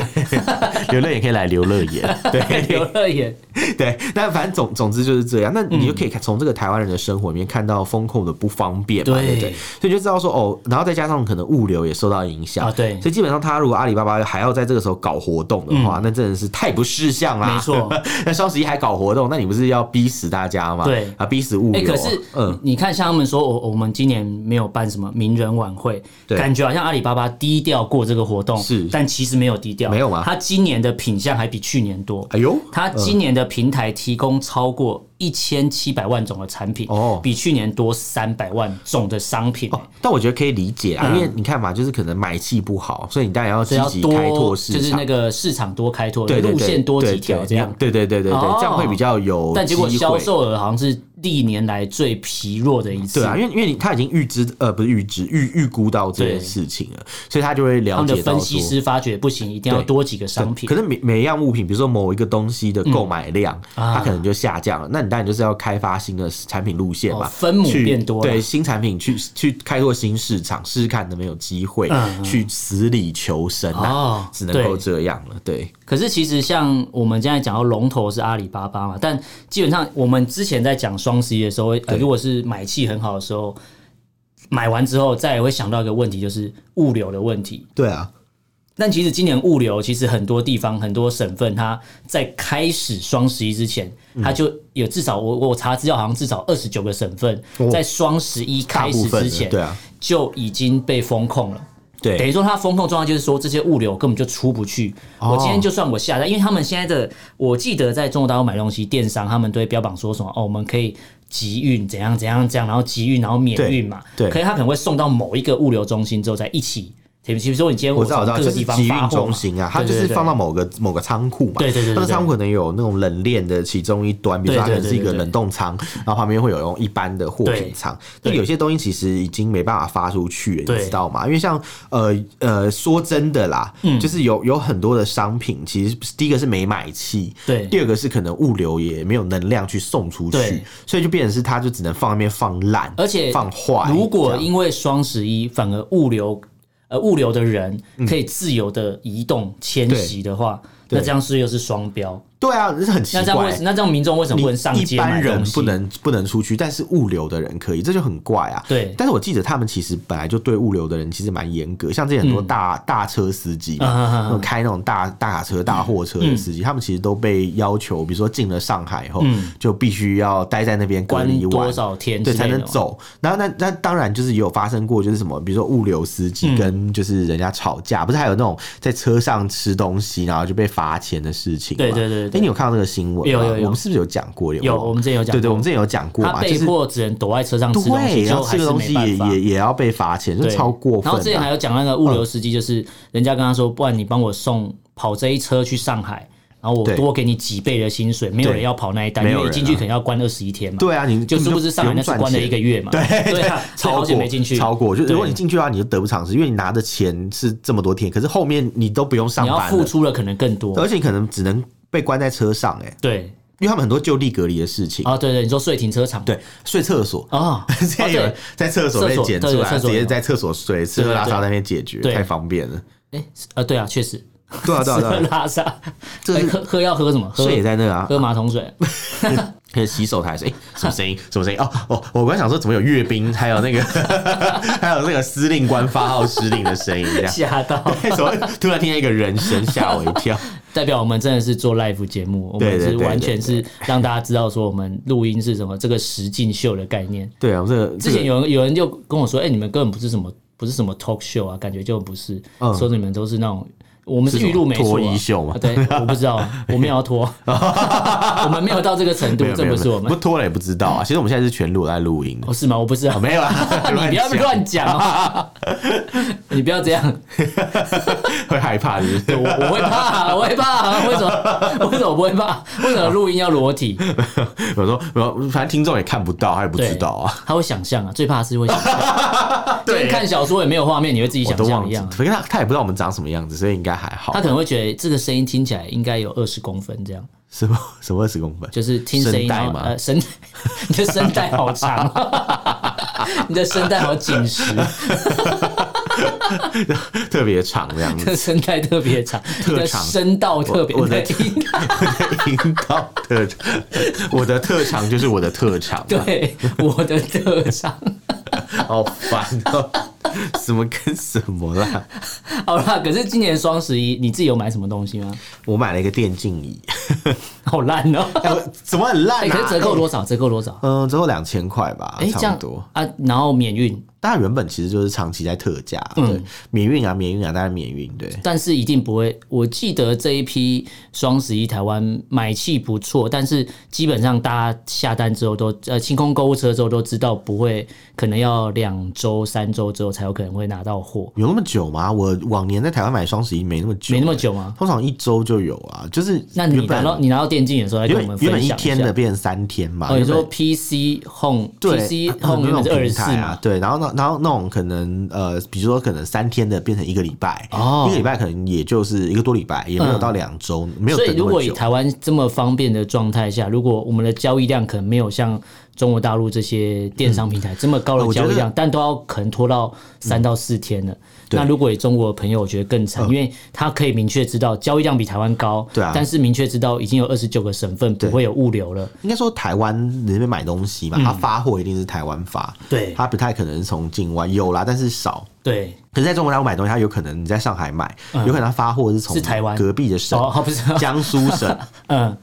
Speaker 1: 刘乐言可以来留乐言，
Speaker 2: [LAUGHS] 刘
Speaker 1: 对
Speaker 2: 乐言，
Speaker 1: [LAUGHS] 对。那反正总总之就是这样。那
Speaker 2: 嗯
Speaker 1: 你就可以看从这个台湾人的生活里面看到风控的不方便嘛，
Speaker 2: 对
Speaker 1: 对不对？所以就知道说哦，然后再加上可能物流也受到影响
Speaker 2: 啊对
Speaker 1: 所以基本上他如果阿里巴巴还要在这个时候搞活动的话，那真的是太不识相啦。
Speaker 2: 嗯没错，
Speaker 1: [LAUGHS] 那双十一还搞活动，那你不是要逼死大家吗？
Speaker 2: 对
Speaker 1: 啊，逼死物
Speaker 2: 哎、
Speaker 1: 流啊。
Speaker 2: 可是，
Speaker 1: 嗯，
Speaker 2: 你看，像他们说，我我们今年没有办什么名人晚会，
Speaker 1: 对
Speaker 2: 感觉好像阿里巴巴低调过这个活动，
Speaker 1: 是
Speaker 2: 但其实没有低调，
Speaker 1: 没有吗
Speaker 2: 他今年的品相还比去年多，
Speaker 1: 哎呦，
Speaker 2: 他今年的平台提供超过一千七百万种的产品，
Speaker 1: 哦
Speaker 2: 比去年多三百万种的商品、
Speaker 1: 哦，但我觉得可以理解啊，
Speaker 2: 嗯
Speaker 1: 因为你看嘛，就是可能买气不好，所以你当然要
Speaker 2: 所
Speaker 1: 积
Speaker 2: 以要
Speaker 1: 极开拓
Speaker 2: 多
Speaker 1: 市
Speaker 2: 就是
Speaker 1: 场。
Speaker 2: 那个市场啊多开拓，
Speaker 1: 对对对
Speaker 2: 路线多几条这样。
Speaker 1: 对对对对对对，
Speaker 2: 哦
Speaker 1: 这样会比较有
Speaker 2: 但结果
Speaker 1: 机会
Speaker 2: 销售额好像是历年来最疲弱的一次，
Speaker 1: 对啊，因为因为你他已经预知呃不是预知预预估到这件事情了，所以他就会
Speaker 2: 他
Speaker 1: 了
Speaker 2: 们的
Speaker 1: 解到
Speaker 2: 分析
Speaker 1: 说。
Speaker 2: 师发觉不行，一定要
Speaker 1: 对
Speaker 2: 多几个商品
Speaker 1: 可。是每每一样物品，比如说某一个东西的购买量，
Speaker 2: 啊
Speaker 1: 它可能就下降了。那你当然就是要开发新的产品路线嘛，
Speaker 2: 哦分母
Speaker 1: 去
Speaker 2: 变多了
Speaker 1: 对新产品去去开拓新市场，试试看有没有机会、
Speaker 2: 嗯
Speaker 1: 去死里求生啊，
Speaker 2: 哦
Speaker 1: 只能够
Speaker 2: 对
Speaker 1: 这样了。对，
Speaker 2: 可是其实像我们现在讲到龙头是阿里巴巴嘛，但基本上我们之前在讲双十一的时候，呃，
Speaker 1: 对
Speaker 2: 如果是买气很好的时候，买完之后再也会想到一个问题，就是物流的问题。
Speaker 1: 对啊，
Speaker 2: 但其实今年物流其实很多地方、很多省份，它在开始双十一之前，
Speaker 1: 嗯
Speaker 2: 它就有至少我我查资料，好像至少二十九个省份
Speaker 1: 哦
Speaker 2: 在双十一
Speaker 1: 大
Speaker 2: 开
Speaker 1: 部
Speaker 2: 始
Speaker 1: 分
Speaker 2: 之
Speaker 1: 的
Speaker 2: 前
Speaker 1: 对啊，
Speaker 2: 就已经被封控了。等
Speaker 1: 对
Speaker 2: 于说它风控状态就是说，这些物流根本就出不去。
Speaker 1: 哦
Speaker 2: 我今天就算我下单，因为他们现在的，我记得在中国大陆买东西，电商他们都会标榜说什么哦，我们可以集运怎样怎样怎样，然后集运然后免运嘛。
Speaker 1: 对对
Speaker 2: 可是他可能会送到某一个物流中心之后再一起，比如说你今天
Speaker 1: 我知道，
Speaker 2: 从
Speaker 1: 我知道，
Speaker 2: 各
Speaker 1: 就
Speaker 2: 个
Speaker 1: 是
Speaker 2: 地方
Speaker 1: 集
Speaker 2: 发
Speaker 1: 运
Speaker 2: 货
Speaker 1: 中
Speaker 2: 嘛，
Speaker 1: 心啊，它
Speaker 2: 对
Speaker 1: 就
Speaker 2: 对
Speaker 1: 是
Speaker 2: 对
Speaker 1: 放到某个某个仓库嘛。
Speaker 2: 对对对对
Speaker 1: 那个仓库可能有那种冷链的其中一端，比如说它
Speaker 2: 对
Speaker 1: 可能
Speaker 2: 对对
Speaker 1: 是一个
Speaker 2: 对对
Speaker 1: 冷冻仓，然后旁边会有用一般的货品仓。
Speaker 2: 对
Speaker 1: 那
Speaker 2: 对
Speaker 1: 有些东西其实已经没办法发出去了，
Speaker 2: 对
Speaker 1: 你知道吗？因为像呃呃，说真的啦，
Speaker 2: 嗯
Speaker 1: 就是有有很多的商品，其实第一个是没买气，
Speaker 2: 对
Speaker 1: 第二个是可能物流也没有能量去送出去
Speaker 2: 对，
Speaker 1: 所以就变成是它就只能放那边放烂，
Speaker 2: 而且
Speaker 1: 放坏。
Speaker 2: 如
Speaker 1: 这
Speaker 2: 果
Speaker 1: 样
Speaker 2: 因为双十一反而物流呃物流的人可以自由的移动迁徙的话，
Speaker 1: 嗯对
Speaker 2: 那这样是又是双标。
Speaker 1: 对啊，这是很奇
Speaker 2: 那这样
Speaker 1: 怪
Speaker 2: 为。那这样民众为什么不能上
Speaker 1: 你一
Speaker 2: 街买
Speaker 1: 般人
Speaker 2: 东西？
Speaker 1: 不能不能出去，但是物流的人可以，这就很怪啊。
Speaker 2: 对
Speaker 1: 但是我记得他们其实本来就对物流的人其实蛮严格，像这些很多大、大车司机嘛，
Speaker 2: 嗯啊啊啊啊
Speaker 1: 那种开那种大大卡车、大货
Speaker 2: 嗯
Speaker 1: 车的司机，他们其实都被要求，比如说进了上海后，就必须要待在那边隔
Speaker 2: 嗯关
Speaker 1: 离
Speaker 2: 多
Speaker 1: 完。
Speaker 2: 少天
Speaker 1: 对，
Speaker 2: 之
Speaker 1: 才
Speaker 2: 类的
Speaker 1: 能
Speaker 2: 嘛。
Speaker 1: 走。然后那那当然就是也有发生过，就是什么，比如说物流司机
Speaker 2: 嗯
Speaker 1: 跟就是人家吵架，不是还有那种在车上吃东西然后就被罚钱的事情吗？
Speaker 2: 对对对对
Speaker 1: 哎，你有看到这个新闻吗？
Speaker 2: 有有有
Speaker 1: 我们是不是有讲过？
Speaker 2: 有，我们之前有讲过，
Speaker 1: 啊对对，我们之前有讲过
Speaker 2: 他
Speaker 1: 嘛，就
Speaker 2: 被
Speaker 1: 是
Speaker 2: 迫只能躲在车上吃东
Speaker 1: 对，
Speaker 2: 西，最
Speaker 1: 然
Speaker 2: 后
Speaker 1: 后
Speaker 2: 还
Speaker 1: 吃
Speaker 2: 是
Speaker 1: 个东
Speaker 2: 没
Speaker 1: 西也
Speaker 2: 办法。
Speaker 1: 也也要被罚钱，就
Speaker 2: 对，
Speaker 1: 超过分啊
Speaker 2: 然后之前还
Speaker 1: 的。
Speaker 2: 有讲那个物流司机，就是人家跟他说，不然你帮我送跑这一车去上海，然后我
Speaker 1: 对
Speaker 2: 多给你几倍的薪水，没有人要跑那一单，
Speaker 1: 没
Speaker 2: 因
Speaker 1: 有人啊
Speaker 2: 为一进去可能要关二十一天嘛。
Speaker 1: 对啊，你
Speaker 2: 就
Speaker 1: 根本
Speaker 2: 殊不知上海
Speaker 1: 不用
Speaker 2: 那次
Speaker 1: 赚
Speaker 2: 关了
Speaker 1: 钱
Speaker 2: 一个月嘛，
Speaker 1: 对
Speaker 2: 对啊，所以
Speaker 1: 超
Speaker 2: 好
Speaker 1: 过
Speaker 2: 久没进去，
Speaker 1: 超过就
Speaker 2: 对
Speaker 1: 如果你进去的话，你就得不偿失，因为你拿的钱是这么多天，可是后面你都不用上
Speaker 2: 你要
Speaker 1: 班
Speaker 2: 付
Speaker 1: 了，
Speaker 2: 出了可能更多，
Speaker 1: 而且你可能只能被关在车上，哎，
Speaker 2: 对
Speaker 1: 因为他们很多就地隔离的事情，
Speaker 2: 啊，对对，你说睡停车场，
Speaker 1: 对，睡厕所。 [LAUGHS]
Speaker 2: 啊，啊
Speaker 1: 之前有人
Speaker 2: 对，
Speaker 1: 在厕所被检
Speaker 2: 厕
Speaker 1: 出
Speaker 2: 所
Speaker 1: 来，直
Speaker 2: 对对厕所
Speaker 1: 接
Speaker 2: 有
Speaker 1: 在厕所睡，吃喝拉撒在那边解决，
Speaker 2: 对
Speaker 1: 太方便了。
Speaker 2: 哎，呃，对啊，确实，
Speaker 1: 对啊，对啊，
Speaker 2: 吃
Speaker 1: 对
Speaker 2: 喝
Speaker 1: 啊，
Speaker 2: [LAUGHS] 拉撒，
Speaker 1: 这
Speaker 2: 哎
Speaker 1: 是
Speaker 2: 喝喝要喝什么？喝
Speaker 1: 睡也在那啊，
Speaker 2: [LAUGHS] 喝马
Speaker 1: [LAUGHS]
Speaker 2: 桶水，
Speaker 1: 可以洗手台是哎、什么声音？什么声音？哦哦，我刚想说怎么有阅兵，还有那个 [LAUGHS] 还有那个司令官发号施令的声音，这 [LAUGHS]
Speaker 2: [LAUGHS]
Speaker 1: 样。
Speaker 2: 吓到。
Speaker 1: 为什么突然听见一个人声，吓我一
Speaker 2: [LAUGHS]
Speaker 1: 跳？
Speaker 2: 代表我们真的是做 live 节目，我
Speaker 1: 对
Speaker 2: 们
Speaker 1: 对
Speaker 2: 是
Speaker 1: 对
Speaker 2: 完全
Speaker 1: 对
Speaker 2: 是让大家知道说我们录音是什么这个实境秀的概念。
Speaker 1: 对啊，我这个
Speaker 2: 之前
Speaker 1: 有
Speaker 2: 有人有人就跟我说，哎、你们根本不是什么不是什么 talk show 啊，感觉就不是，
Speaker 1: 嗯
Speaker 2: 说你们都是那种。我们是预录没错、
Speaker 1: 脱衣秀吗
Speaker 2: 啊对，我不知道，
Speaker 1: [LAUGHS]
Speaker 2: 我没有要脱，我们没有到这个程度
Speaker 1: 没，有
Speaker 2: 这
Speaker 1: 没有
Speaker 2: 不是我
Speaker 1: 不
Speaker 2: 们，
Speaker 1: 脱了也不知道啊。其实我们现在是全裸在录音的
Speaker 2: 哦，是吗？我不知
Speaker 1: [LAUGHS]
Speaker 2: 道
Speaker 1: 哦，，没有啊，
Speaker 2: 你不要
Speaker 1: 讲
Speaker 2: 乱
Speaker 1: [LAUGHS]
Speaker 2: 讲哦，你不要这样，
Speaker 1: 会害怕
Speaker 2: [LAUGHS]
Speaker 1: 是不
Speaker 2: 我
Speaker 1: 是？
Speaker 2: 我
Speaker 1: [LAUGHS]
Speaker 2: 会怕，我会怕，啊为什么？为什么不会怕？为什么录音要裸体？
Speaker 1: 我说，我反正听众也看不到，他也不
Speaker 2: 对
Speaker 1: 知道啊。
Speaker 2: 他会想象啊，最怕的是会想象，
Speaker 1: [LAUGHS]
Speaker 2: 就跟看小说也没有画面，你会自己
Speaker 1: 我
Speaker 2: 想
Speaker 1: 都
Speaker 2: 象
Speaker 1: 忘
Speaker 2: 一
Speaker 1: 记
Speaker 2: 样
Speaker 1: 了，
Speaker 2: 啊。
Speaker 1: 可是他他也不知道我们长什么样子，所以应该还好
Speaker 2: 他。可能会觉得这个声音听起来应该有二十公分这样，
Speaker 1: 什么什么二十公分？
Speaker 2: 就是听声音
Speaker 1: 声带
Speaker 2: 然后
Speaker 1: 吗
Speaker 2: 呃声， [LAUGHS] 你的声带好长，啊 [LAUGHS] 你的声带好紧实，
Speaker 1: [LAUGHS]
Speaker 2: 啊
Speaker 1: 特别长这样子
Speaker 2: 你。的声带特别长，你的
Speaker 1: 长
Speaker 2: 声道 [LAUGHS] 特别，
Speaker 1: 我
Speaker 2: 你的
Speaker 1: 我的
Speaker 2: 音，
Speaker 1: 我的引导特长，我的特长就是我的特长
Speaker 2: [LAUGHS]
Speaker 1: 啊
Speaker 2: [LAUGHS] 对啊我的特长。 [LAUGHS]
Speaker 1: 好烦哦、什么跟什么啦？
Speaker 2: 好啦，可是今年双十一你自己有买什么东西吗？
Speaker 1: 我买了一个电竞椅，
Speaker 2: 好烂哦！
Speaker 1: 哎我怎么很烂
Speaker 2: [LAUGHS] 哎，
Speaker 1: 啊？
Speaker 2: 可是折扣多少？折扣多少？
Speaker 1: 嗯，折扣两千块吧，
Speaker 2: 哎，这
Speaker 1: 差
Speaker 2: 样
Speaker 1: 不多。
Speaker 2: 啊，然后免运，
Speaker 1: 但它原本其实就是长期在特价，
Speaker 2: 嗯
Speaker 1: 对，免运啊，免运啊，当然免运，对，
Speaker 2: 但是一定不会。我记得这一批双十一台湾买气不错，但是基本上大家下单之后都呃清空购物车之后都知道不会，可能要两周三周之后才有可能会拿到货，
Speaker 1: 有那么久吗？我往年在台湾买双十一没那么久，
Speaker 2: 没那么久吗？
Speaker 1: 通常一周就有啊，就是
Speaker 2: 那你
Speaker 1: 原
Speaker 2: 拿
Speaker 1: 本
Speaker 2: 到你拿到电竞的时候再
Speaker 1: 原
Speaker 2: 跟我们
Speaker 1: 本原
Speaker 2: 分
Speaker 1: 本一
Speaker 2: 享
Speaker 1: 天
Speaker 2: 下
Speaker 1: 的。变三天嘛，
Speaker 2: 哦，你
Speaker 1: 原
Speaker 2: 说
Speaker 1: 本
Speaker 2: PC Home
Speaker 1: 对
Speaker 2: PC
Speaker 1: 很
Speaker 2: Home
Speaker 1: 多
Speaker 2: 原
Speaker 1: 那
Speaker 2: 本是
Speaker 1: 种
Speaker 2: 二十
Speaker 1: 平
Speaker 2: 四
Speaker 1: 台
Speaker 2: 嘛
Speaker 1: 啊，？对，然后那然后那种可能呃，比如说可能三天的变成一个礼拜，
Speaker 2: 哦
Speaker 1: 一个礼拜可能也就是一个多礼拜，也没有
Speaker 2: 嗯
Speaker 1: 到两周，没有
Speaker 2: 所
Speaker 1: 等
Speaker 2: 以
Speaker 1: 那
Speaker 2: 如
Speaker 1: 么
Speaker 2: 果以
Speaker 1: 久。
Speaker 2: 台湾这么方便的状态下，如果我们的交易量可能没有像中国大陆这些电商平台这么高
Speaker 1: 呃
Speaker 2: 的
Speaker 1: 我觉
Speaker 2: 交易量，
Speaker 1: 得
Speaker 2: 但都要可能拖到三到四天了。那如果以中国的朋友，我觉得更惨，因为他可以明确知道交易量比台湾高，
Speaker 1: 嗯对啊
Speaker 2: 但是明确知道已经有二十九个省份不会有物流了，
Speaker 1: 应该说台湾人那边买东西
Speaker 2: 嗯
Speaker 1: 嘛，他发货一定是台湾发，
Speaker 2: 对
Speaker 1: 他不太可能从境外有啦，但是少。
Speaker 2: 对，
Speaker 1: 可是在中国大陆买东西，他有可能你在上海买，有可能他发货是从
Speaker 2: 嗯是台湾
Speaker 1: 隔壁的省
Speaker 2: 哦，哦不是，
Speaker 1: 江苏省，
Speaker 2: 嗯，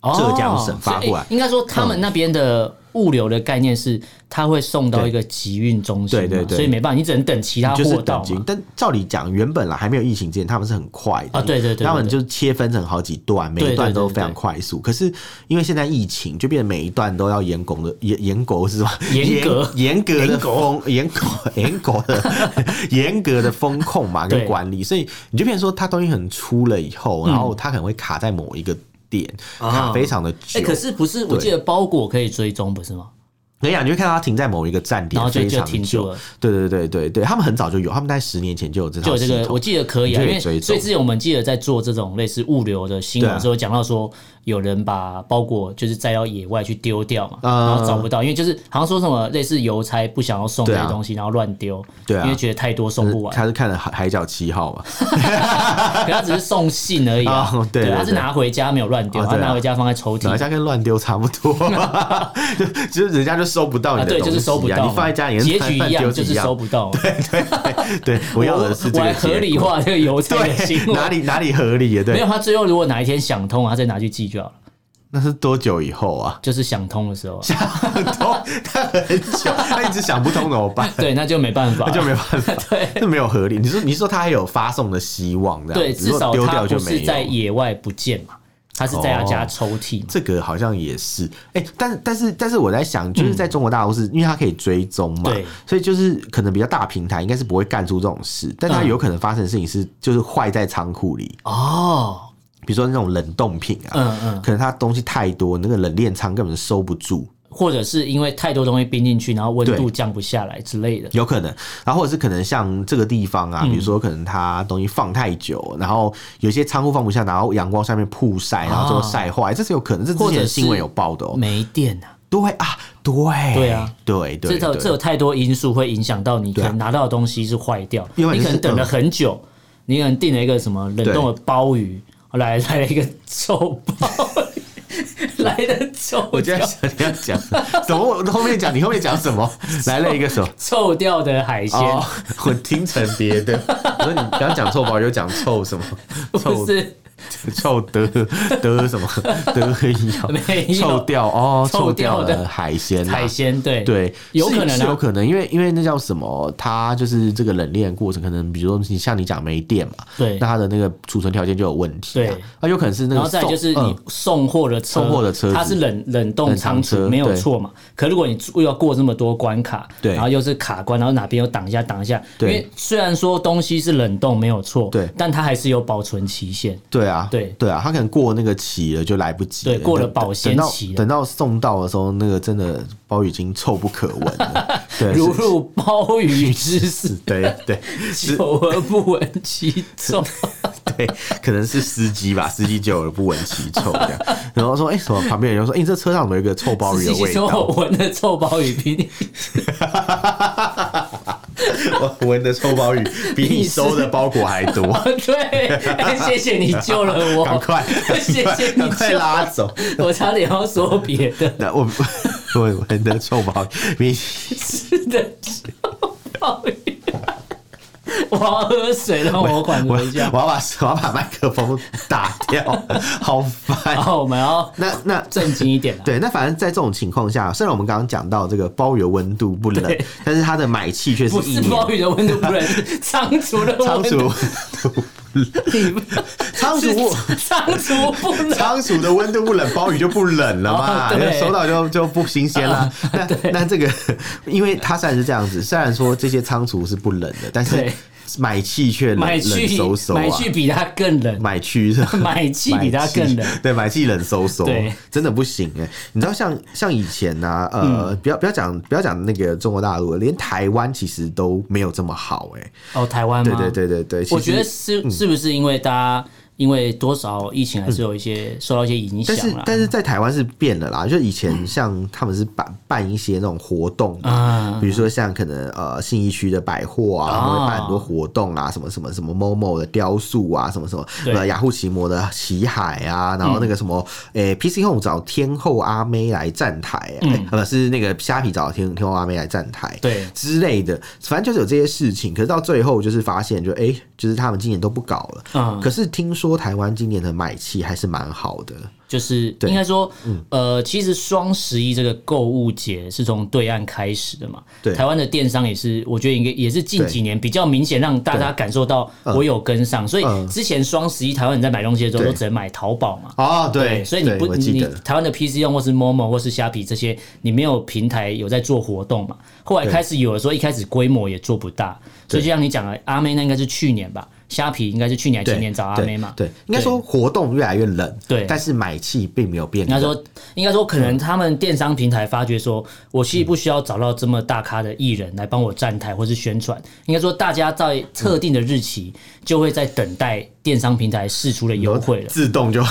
Speaker 2: 哦
Speaker 1: 浙江省发过来
Speaker 2: 所以应该说他们那边的物流的概念是，它会送到一个集运中心
Speaker 1: 对
Speaker 2: 嘛，
Speaker 1: 对对
Speaker 2: 所以没办法，你只能等 [LAUGHS] 其他
Speaker 1: 就是
Speaker 2: 货
Speaker 1: 等
Speaker 2: 到嘛，
Speaker 1: 级。但照理讲，原本啦还没有疫情之前，他们是很快的
Speaker 2: 啊对对对对
Speaker 1: 他们就切分成好几段，每
Speaker 2: 对
Speaker 1: 一
Speaker 2: 对
Speaker 1: 段都
Speaker 2: 对
Speaker 1: 非常
Speaker 2: 对
Speaker 1: 快速。可是因为现在疫情，就变得每一段都要严格的严严格是吧？
Speaker 2: 严格
Speaker 1: 严格的封严格严格的 [LAUGHS] 严格的风控嘛跟
Speaker 2: 对嗯
Speaker 1: 管理，所以你就变成说，它东西很粗了以后，然后它可能会卡在某一个点，
Speaker 2: 啊
Speaker 1: 卡非常的
Speaker 2: 哎、
Speaker 1: 久。
Speaker 2: 可是不是？我记得包裹可以追踪，不是吗？
Speaker 1: 跟你讲，你会看到它停在某一个站点，
Speaker 2: 然后就
Speaker 1: 非
Speaker 2: 就
Speaker 1: 常
Speaker 2: 停
Speaker 1: 久
Speaker 2: 住了。
Speaker 1: 对对对对对，他们很早就有，他们在十年前就有这
Speaker 2: 就
Speaker 1: 套
Speaker 2: 有这
Speaker 1: 系
Speaker 2: 个，
Speaker 1: 统
Speaker 2: 我。记得可以啊，
Speaker 1: 你就可
Speaker 2: 因为
Speaker 1: 以
Speaker 2: 所以
Speaker 1: 追踪
Speaker 2: 之前我们记得在做这种类似物流的新闻
Speaker 1: 对啊
Speaker 2: 的时候，讲到说有人把包裹就是载到野外去丢掉嘛，
Speaker 1: 啊
Speaker 2: 然后找不到，因为就是好像说什么类似邮差不想要送这
Speaker 1: 对
Speaker 2: 些
Speaker 1: 啊
Speaker 2: 东西，然后乱丢，
Speaker 1: 对啊
Speaker 2: 因为觉得太多送不完，
Speaker 1: 他是看了海《海角七号》
Speaker 2: [LAUGHS]
Speaker 1: 嘛？
Speaker 2: 可他只是送信而已啊
Speaker 1: [LAUGHS] 哦，对对
Speaker 2: 他是
Speaker 1: 对
Speaker 2: 拿回家没有乱丢，
Speaker 1: 哦
Speaker 2: 他
Speaker 1: 对啊
Speaker 2: 拿回家放在抽屉
Speaker 1: 哪一，家跟乱丢差不多， [LAUGHS] 就就是人家就收不到你
Speaker 2: 啊，
Speaker 1: 的东
Speaker 2: 对，
Speaker 1: 西、啊，
Speaker 2: 就是收不到嘛，
Speaker 1: 你放在家里，
Speaker 2: 结局
Speaker 1: 一
Speaker 2: 一样，就是收
Speaker 1: 不
Speaker 2: 不到嘛。
Speaker 1: 对对，我要的是这
Speaker 2: 我
Speaker 1: 个
Speaker 2: 还
Speaker 1: 结果
Speaker 2: 合理化这个邮差的行
Speaker 1: 对，
Speaker 2: 为，
Speaker 1: 哪里哪里合理啊？
Speaker 2: 没
Speaker 1: 对
Speaker 2: 有，他最后如果哪一天想通了，他再拿去寄就好了，
Speaker 1: 那是多久以后啊？ [LAUGHS]
Speaker 2: 就是想通的时候啊，
Speaker 1: 都他很久，他一直想不通怎么
Speaker 2: [LAUGHS]
Speaker 1: 办？
Speaker 2: 对，那就没办法
Speaker 1: 那，就没办法，
Speaker 2: [LAUGHS] 对
Speaker 1: 那没有合理。你说你说他还有发送的希望这样子，
Speaker 2: 对，至
Speaker 1: 如果
Speaker 2: 少
Speaker 1: 丢
Speaker 2: 他
Speaker 1: 掉
Speaker 2: 不
Speaker 1: 就是没
Speaker 2: 在
Speaker 1: 有。
Speaker 2: 野外不见嘛，他是在他家抽屉嘛。
Speaker 1: 这个好像也是，哎、但但是但是我在想，就是在中国大陆是、因为它可以追踪嘛
Speaker 2: 嗯对，
Speaker 1: 所以就是可能比较大平台应该是不会干出这种事，但它
Speaker 2: 嗯
Speaker 1: 有可能发生的事情是就是坏在仓库里，
Speaker 2: 哦，
Speaker 1: 比如说那种冷冻品啊，
Speaker 2: 嗯嗯，
Speaker 1: 可能它东西太多，那个冷链仓根本收不住，
Speaker 2: 或者是因为太多东西冰进去，然后温
Speaker 1: 对
Speaker 2: 度降不下来之类的。
Speaker 1: 有可能，然后或者是可能像这个地方
Speaker 2: 嗯
Speaker 1: 啊，比如说可能它东西放太久，然后有些仓库放不下，然后阳光下面曝晒，然后最后晒坏，这是有可能。这之
Speaker 2: 啊或者
Speaker 1: 前
Speaker 2: 是
Speaker 1: 新闻有报的哦。
Speaker 2: 没电啊，
Speaker 1: 对啊，对，
Speaker 2: 对啊，
Speaker 1: 对
Speaker 2: 这
Speaker 1: 对
Speaker 2: 有这有
Speaker 1: 对，
Speaker 2: 太多因素会影响到你可
Speaker 1: 对啊
Speaker 2: 能拿到的东西是坏掉，
Speaker 1: 因为
Speaker 2: 你可
Speaker 1: 是嗯
Speaker 2: 能等了很久，你可能订了一个什么冷冻的鲍鱼，啊来来了一个臭鲍鱼， [LAUGHS] 来的臭
Speaker 1: 我今
Speaker 2: 掉
Speaker 1: 天想要讲，怎么我后面讲？你后面讲什么？来了一个什么？
Speaker 2: [LAUGHS] 臭掉的海鲜，
Speaker 1: 哦，我听成别的。我说你刚讲臭宝，又讲臭什么？臭
Speaker 2: 不是
Speaker 1: 臭的的什么的
Speaker 2: [LAUGHS] 没
Speaker 1: 一
Speaker 2: 有
Speaker 1: 臭掉哦，
Speaker 2: 臭
Speaker 1: 臭掉
Speaker 2: 掉的
Speaker 1: 的海鲜啊，
Speaker 2: 海鲜，对
Speaker 1: 对，
Speaker 2: 有
Speaker 1: 是
Speaker 2: 可能
Speaker 1: 是有
Speaker 2: 啊，
Speaker 1: 可能，因为因为那叫什么，它就是这个冷链过程，可能比如说你像你讲没电嘛，
Speaker 2: 对
Speaker 1: 那它的那个储存条件就有问题、啊，
Speaker 2: 对，
Speaker 1: 那有可能是那个
Speaker 2: 然
Speaker 1: 送，
Speaker 2: 后再来就是你
Speaker 1: 嗯
Speaker 2: 送货的车，
Speaker 1: 送货的车子
Speaker 2: 它是冷冷冻
Speaker 1: 冷藏
Speaker 2: 仓储
Speaker 1: 车
Speaker 2: 没有
Speaker 1: 对
Speaker 2: 错嘛。可如果你又要过这么多关卡，
Speaker 1: 对
Speaker 2: 然后又是卡关，然后哪边又挡一下挡一下，因
Speaker 1: 对
Speaker 2: 为虽然说东西是冷冻没有错，
Speaker 1: 对
Speaker 2: 但它还是有保存期限。
Speaker 1: 对啊，
Speaker 2: 对
Speaker 1: 对啊，它可能过那个期了就来不及了，
Speaker 2: 对过了
Speaker 1: 等等
Speaker 2: 保鲜
Speaker 1: 等到
Speaker 2: 期了
Speaker 1: 等到送到的时候，那个真的包已经臭不可闻
Speaker 2: [LAUGHS]
Speaker 1: 了，对，
Speaker 2: 如
Speaker 1: 是
Speaker 2: 入鲍鱼之肆，
Speaker 1: 对对是
Speaker 2: 久而不闻其
Speaker 1: [LAUGHS]
Speaker 2: 臭。
Speaker 1: 对，可能是司机吧，司机久了不闻其臭这样，然后说哎、什么，旁边人就说哎、你这车上怎么有一个臭鲍鱼
Speaker 2: 自 [LAUGHS]
Speaker 1: 的
Speaker 2: 己
Speaker 1: 味
Speaker 2: 说
Speaker 1: 道？
Speaker 2: 我闻的臭鲍鱼比你 [LAUGHS]
Speaker 1: 我 [LAUGHS] 闻的臭鲍鱼比你收的包裹还多。
Speaker 2: 对、
Speaker 1: [LAUGHS]
Speaker 2: 哎谢 [LAUGHS] 谢你救了
Speaker 1: 赶
Speaker 2: 我，
Speaker 1: 快，
Speaker 2: 谢谢你
Speaker 1: 赶快
Speaker 2: 救
Speaker 1: 拉走。
Speaker 2: [LAUGHS] 我差点要说别的。
Speaker 1: 那我 [LAUGHS] 我闻的臭包比
Speaker 2: 吃的鲍鱼。我要喝水，让我缓
Speaker 1: 我
Speaker 2: 和一下。
Speaker 1: 我要把我要把麦克风打掉， [LAUGHS] 好
Speaker 2: 然
Speaker 1: 烦。
Speaker 2: 后我们要
Speaker 1: 那那
Speaker 2: 正经一点啦。啊
Speaker 1: 对，那反正在这种情况下，虽然我们刚刚讲到这个鲍鱼的温度不冷，但是它的买气却是
Speaker 2: 不
Speaker 1: 一
Speaker 2: 是
Speaker 1: 年
Speaker 2: 鲍鱼的温度不冷，是仓储的
Speaker 1: 仓
Speaker 2: 温 [LAUGHS]
Speaker 1: 鼠
Speaker 2: 度。
Speaker 1: 仓鼠不
Speaker 2: 是仓储不冷。
Speaker 1: 仓鼠的温度不冷，鲍鱼就不冷了嘛，
Speaker 2: 哦
Speaker 1: 就
Speaker 2: 对哦
Speaker 1: 收到就就不新鲜啦。那那这个，因为它虽然是这样子，虽然说这些仓鼠是不冷的，但是
Speaker 2: 对
Speaker 1: 买气却冷
Speaker 2: 买
Speaker 1: 冷
Speaker 2: 去
Speaker 1: 飕飕
Speaker 2: 买
Speaker 1: 啊嗯
Speaker 2: 去。比它更冷，
Speaker 1: [LAUGHS] 买去是吧
Speaker 2: [LAUGHS] 买气比它更冷
Speaker 1: 买 [LAUGHS] 气对，买气冷飕飕，
Speaker 2: 对，
Speaker 1: 真的不行哎、你知道像像以前呢、呃，
Speaker 2: 嗯
Speaker 1: 不要不要讲不要讲那个中国大陆了，连台湾其实都没有这么好哎、
Speaker 2: 哦，台湾
Speaker 1: 对
Speaker 2: 吗？
Speaker 1: 对对对对，其实嗯
Speaker 2: 我觉得是是不是因为大家因为多少疫情还是有一些受到一些影
Speaker 1: 但
Speaker 2: 响
Speaker 1: 是
Speaker 2: 啦？
Speaker 1: 但是在台湾是变了啦，就以前像他们是办办一些那种活动嘛
Speaker 2: 啊，
Speaker 1: 比如说像可能呃信义区的百货啊，
Speaker 2: 啊
Speaker 1: 他们会办很多活动啊，什么什么什么某某的雕塑啊，什么什么
Speaker 2: 对
Speaker 1: 呃雅虎奇摩的旗海啊，然后那个什么诶 PC Home 找天后阿妹来站台啊，
Speaker 2: 嗯
Speaker 1: 呃是那个虾皮找天天后阿妹来站台，
Speaker 2: 对
Speaker 1: 之类的，反正就是有这些事情。可是到最后就是发现就，诶哎，就是他们今年都不搞了。
Speaker 2: 嗯
Speaker 1: 可是听说台湾今年的买气还是蛮好的。
Speaker 2: 就是
Speaker 1: 对嗯
Speaker 2: 应该说，呃，其实双十一这个购物节是从对岸开始的嘛。
Speaker 1: 对
Speaker 2: 台湾的电商也是，我觉得应该也是近几年比较明显让大家感受到我有跟上。所以
Speaker 1: 嗯
Speaker 2: 之前双十一台湾你在买东西的时候
Speaker 1: 对
Speaker 2: 都只能买淘宝嘛。
Speaker 1: 哦，对，
Speaker 2: 所以你
Speaker 1: 对
Speaker 2: 不
Speaker 1: 我
Speaker 2: 你
Speaker 1: 记
Speaker 2: 你
Speaker 1: 得
Speaker 2: 台湾的 PC 用或是 Momo 或是虾皮这些，你没有平台有在做活动嘛？后来
Speaker 1: 对
Speaker 2: 开始有的时候一开始规模也做不大，所以就像你讲的，阿妹那应该是去年吧，虾皮应该是去年还是前年哎找阿妹嘛，
Speaker 1: 对，应该说活动越来越冷，
Speaker 2: 对
Speaker 1: 但是买气并没有变
Speaker 2: 应该
Speaker 1: 冷。
Speaker 2: 说，应该说，可
Speaker 1: 嗯
Speaker 2: 能他们电商平台发觉说，我其实不需要找到这么大咖的艺人来帮我站台或是宣传。应该说，大家在特定的日期
Speaker 1: 嗯
Speaker 2: 就会在等待电商平台释出的优惠了。
Speaker 1: 自动就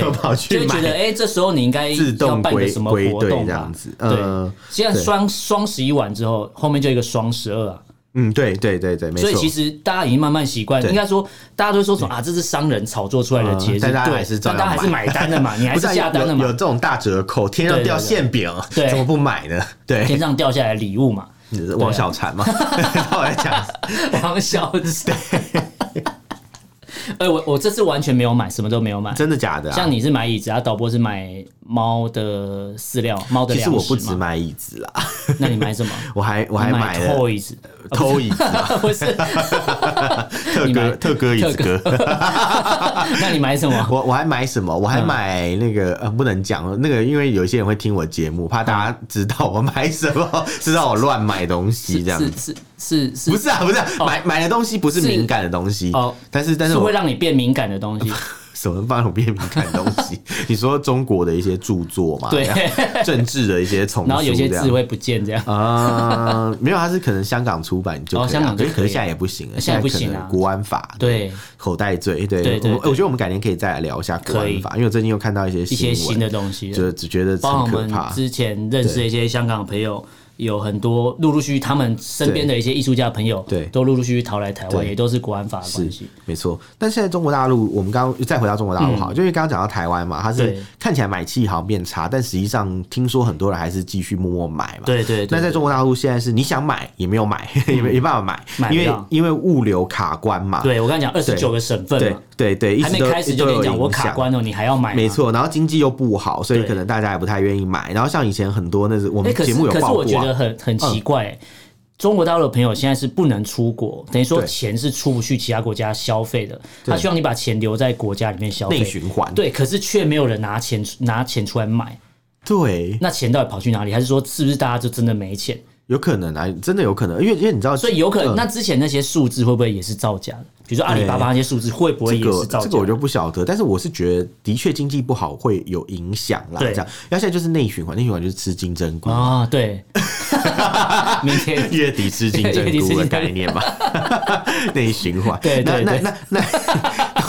Speaker 1: [LAUGHS] 就跑
Speaker 2: 就
Speaker 1: 去
Speaker 2: 会觉得哎、
Speaker 1: 买，
Speaker 2: 诶这时候你应该
Speaker 1: 自
Speaker 2: 要
Speaker 1: 动
Speaker 2: 办个
Speaker 1: 归
Speaker 2: 什么
Speaker 1: 归
Speaker 2: 活
Speaker 1: 队
Speaker 2: 动
Speaker 1: 这
Speaker 2: 吧
Speaker 1: 样？子。
Speaker 2: 对，
Speaker 1: 呃，
Speaker 2: 现在双双十一完之后，后面就一个双十二啊，
Speaker 1: 嗯，对对对对，没
Speaker 2: 所以其
Speaker 1: 错。
Speaker 2: 实大家已经慢慢习惯，
Speaker 1: 对
Speaker 2: 应该说大家都会说什么啊，这是商人炒作出来的节日，
Speaker 1: 嗯但大家
Speaker 2: 对
Speaker 1: 还是照样
Speaker 2: 但大家还是买单的嘛，你还
Speaker 1: 不
Speaker 2: 是
Speaker 1: 是啊
Speaker 2: 下单
Speaker 1: 有
Speaker 2: 的
Speaker 1: 有有
Speaker 2: 嘛
Speaker 1: 这，种大折扣，天上
Speaker 2: 对对
Speaker 1: 掉
Speaker 2: 对
Speaker 1: 馅饼，
Speaker 2: 对
Speaker 1: 怎么不买呢？对， [LAUGHS]
Speaker 2: 天啊上掉下来的礼物嘛，
Speaker 1: 你是王小婵嘛， [LAUGHS] 我来讲，
Speaker 2: 王小姐。 [LAUGHS] 哎、我我这次完全没有买，什么都没有买。
Speaker 1: 真的假的啊？
Speaker 2: 像你是买椅子啊，导播是买猫的饲料、猫的
Speaker 1: 其实
Speaker 2: 粮食嘛。
Speaker 1: 我不只买椅子啦，
Speaker 2: 那你买什么？
Speaker 1: 我还 [LAUGHS] 我还
Speaker 2: 你哦
Speaker 1: 买了
Speaker 2: toys， [LAUGHS]
Speaker 1: 偷椅子啊，
Speaker 2: 不是？ [LAUGHS]
Speaker 1: 特
Speaker 2: 你买
Speaker 1: 哥特哥椅子哥。
Speaker 2: 那你买什么？
Speaker 1: [LAUGHS] 我我还买什么？我还买那个、呃，不能讲那个，因为有一些人会听我节目，怕大家知道我买什
Speaker 2: [LAUGHS]
Speaker 1: 么，知道我乱买东西这样
Speaker 2: 是。是是是哦
Speaker 1: 不是啊，不是、啊买买的东西不是
Speaker 2: 是
Speaker 1: 敏感的东西
Speaker 2: 哦
Speaker 1: 但是但
Speaker 2: 是
Speaker 1: 是我
Speaker 2: 会让你变敏感
Speaker 1: [LAUGHS]
Speaker 2: 的东西。
Speaker 1: 什么帮我变敏感的东
Speaker 2: [LAUGHS]
Speaker 1: 西？你说中国的一些著作嘛，
Speaker 2: 对 [LAUGHS] 哦
Speaker 1: 这样政治的一些丛书，
Speaker 2: 然后有些
Speaker 1: 这样
Speaker 2: 字会不见这
Speaker 1: 哦
Speaker 2: 样。
Speaker 1: 啊、没有，它是可能香港出版就可以、啊
Speaker 2: 哦香港
Speaker 1: 可
Speaker 2: 就是
Speaker 1: 可
Speaker 2: 可以
Speaker 1: 是现在也不行了，
Speaker 2: 现在不
Speaker 1: 可
Speaker 2: 行
Speaker 1: 能
Speaker 2: 啊
Speaker 1: 国安法
Speaker 2: 对
Speaker 1: 口袋罪，对
Speaker 2: 对对
Speaker 1: 我
Speaker 2: 对
Speaker 1: 我觉得我们改天可以再来聊一下国
Speaker 2: 可
Speaker 1: 安
Speaker 2: 以
Speaker 1: 法，因为我最近又看到一些
Speaker 2: 一
Speaker 1: 一
Speaker 2: 些新的，东西了，
Speaker 1: 就只觉得
Speaker 2: 包
Speaker 1: 很
Speaker 2: 括我
Speaker 1: 可
Speaker 2: 们
Speaker 1: 怕。
Speaker 2: 之前认识的一些香港朋友，有很多陆陆续续他们身边的一些艺术家朋友，
Speaker 1: 对
Speaker 2: 都陆陆续续逃来台湾，
Speaker 1: 对
Speaker 2: 也都是国安法的
Speaker 1: 是
Speaker 2: 关系。嗯
Speaker 1: 没错，但现在中国大陆，我们刚刚再回到中国大陆好，就因为刚刚讲到台湾嘛，它是
Speaker 2: 对
Speaker 1: 看起来买气好像变差，但实际上听说很多人还是继续默默买嘛。
Speaker 2: 对对
Speaker 1: 那
Speaker 2: 对，
Speaker 1: 在中国大陆现在是你想买也没有买， [LAUGHS] 也没没办法买，
Speaker 2: 买不
Speaker 1: 因为
Speaker 2: 到
Speaker 1: 因为物流卡关嘛。
Speaker 2: 对我刚才讲二十九个省份
Speaker 1: 对
Speaker 2: 嘛，
Speaker 1: 对对，一
Speaker 2: 还
Speaker 1: 直
Speaker 2: 没
Speaker 1: 都
Speaker 2: 开始就跟你
Speaker 1: 都有
Speaker 2: 讲我
Speaker 1: 影
Speaker 2: 卡
Speaker 1: 响
Speaker 2: 关了，你还要买吗，
Speaker 1: 没错，然后经济又不好，所以
Speaker 2: 对
Speaker 1: 可能大家也不太愿意买。然后像以前很多那是我
Speaker 2: 哎，
Speaker 1: 们
Speaker 2: 可
Speaker 1: 节
Speaker 2: 是
Speaker 1: 目有
Speaker 2: 可是
Speaker 1: 报
Speaker 2: 我觉
Speaker 1: 过、啊，
Speaker 2: 得
Speaker 1: 嗯
Speaker 2: 很很奇怪、中国大陆的朋友现在是不能出国，等于说
Speaker 1: 对
Speaker 2: 钱是出不去其他国家消费的。
Speaker 1: 对
Speaker 2: 他希望你把钱留在国家里面消
Speaker 1: 内
Speaker 2: 费，
Speaker 1: 循环。
Speaker 2: 对，可是却没有人拿钱拿钱出来买，
Speaker 1: 对，
Speaker 2: 那钱到底跑去哪里？还是说是不是大家就真的没钱？
Speaker 1: 有可能啊，真的有可能，因为因为你知道，
Speaker 2: 所以有可
Speaker 1: 嗯
Speaker 2: 能，那之前那些数字会不会也是造假的？比如说阿里巴巴那些数字会不会
Speaker 1: 这
Speaker 2: 也是
Speaker 1: 个
Speaker 2: 造假的？
Speaker 1: 这个我就不晓得，但是我是觉得的确经济不好会有影响啦。
Speaker 2: 对
Speaker 1: 这样，要现在就是内循环，内循环就是吃金针菇。
Speaker 2: 啊，对，
Speaker 1: [LAUGHS]
Speaker 2: 明天
Speaker 1: 月底吃金针
Speaker 2: 月底吃金
Speaker 1: 菇的
Speaker 2: 针菇
Speaker 1: 概念嘛， [LAUGHS] 内循环。
Speaker 2: 对对
Speaker 1: 那
Speaker 2: 对
Speaker 1: 那那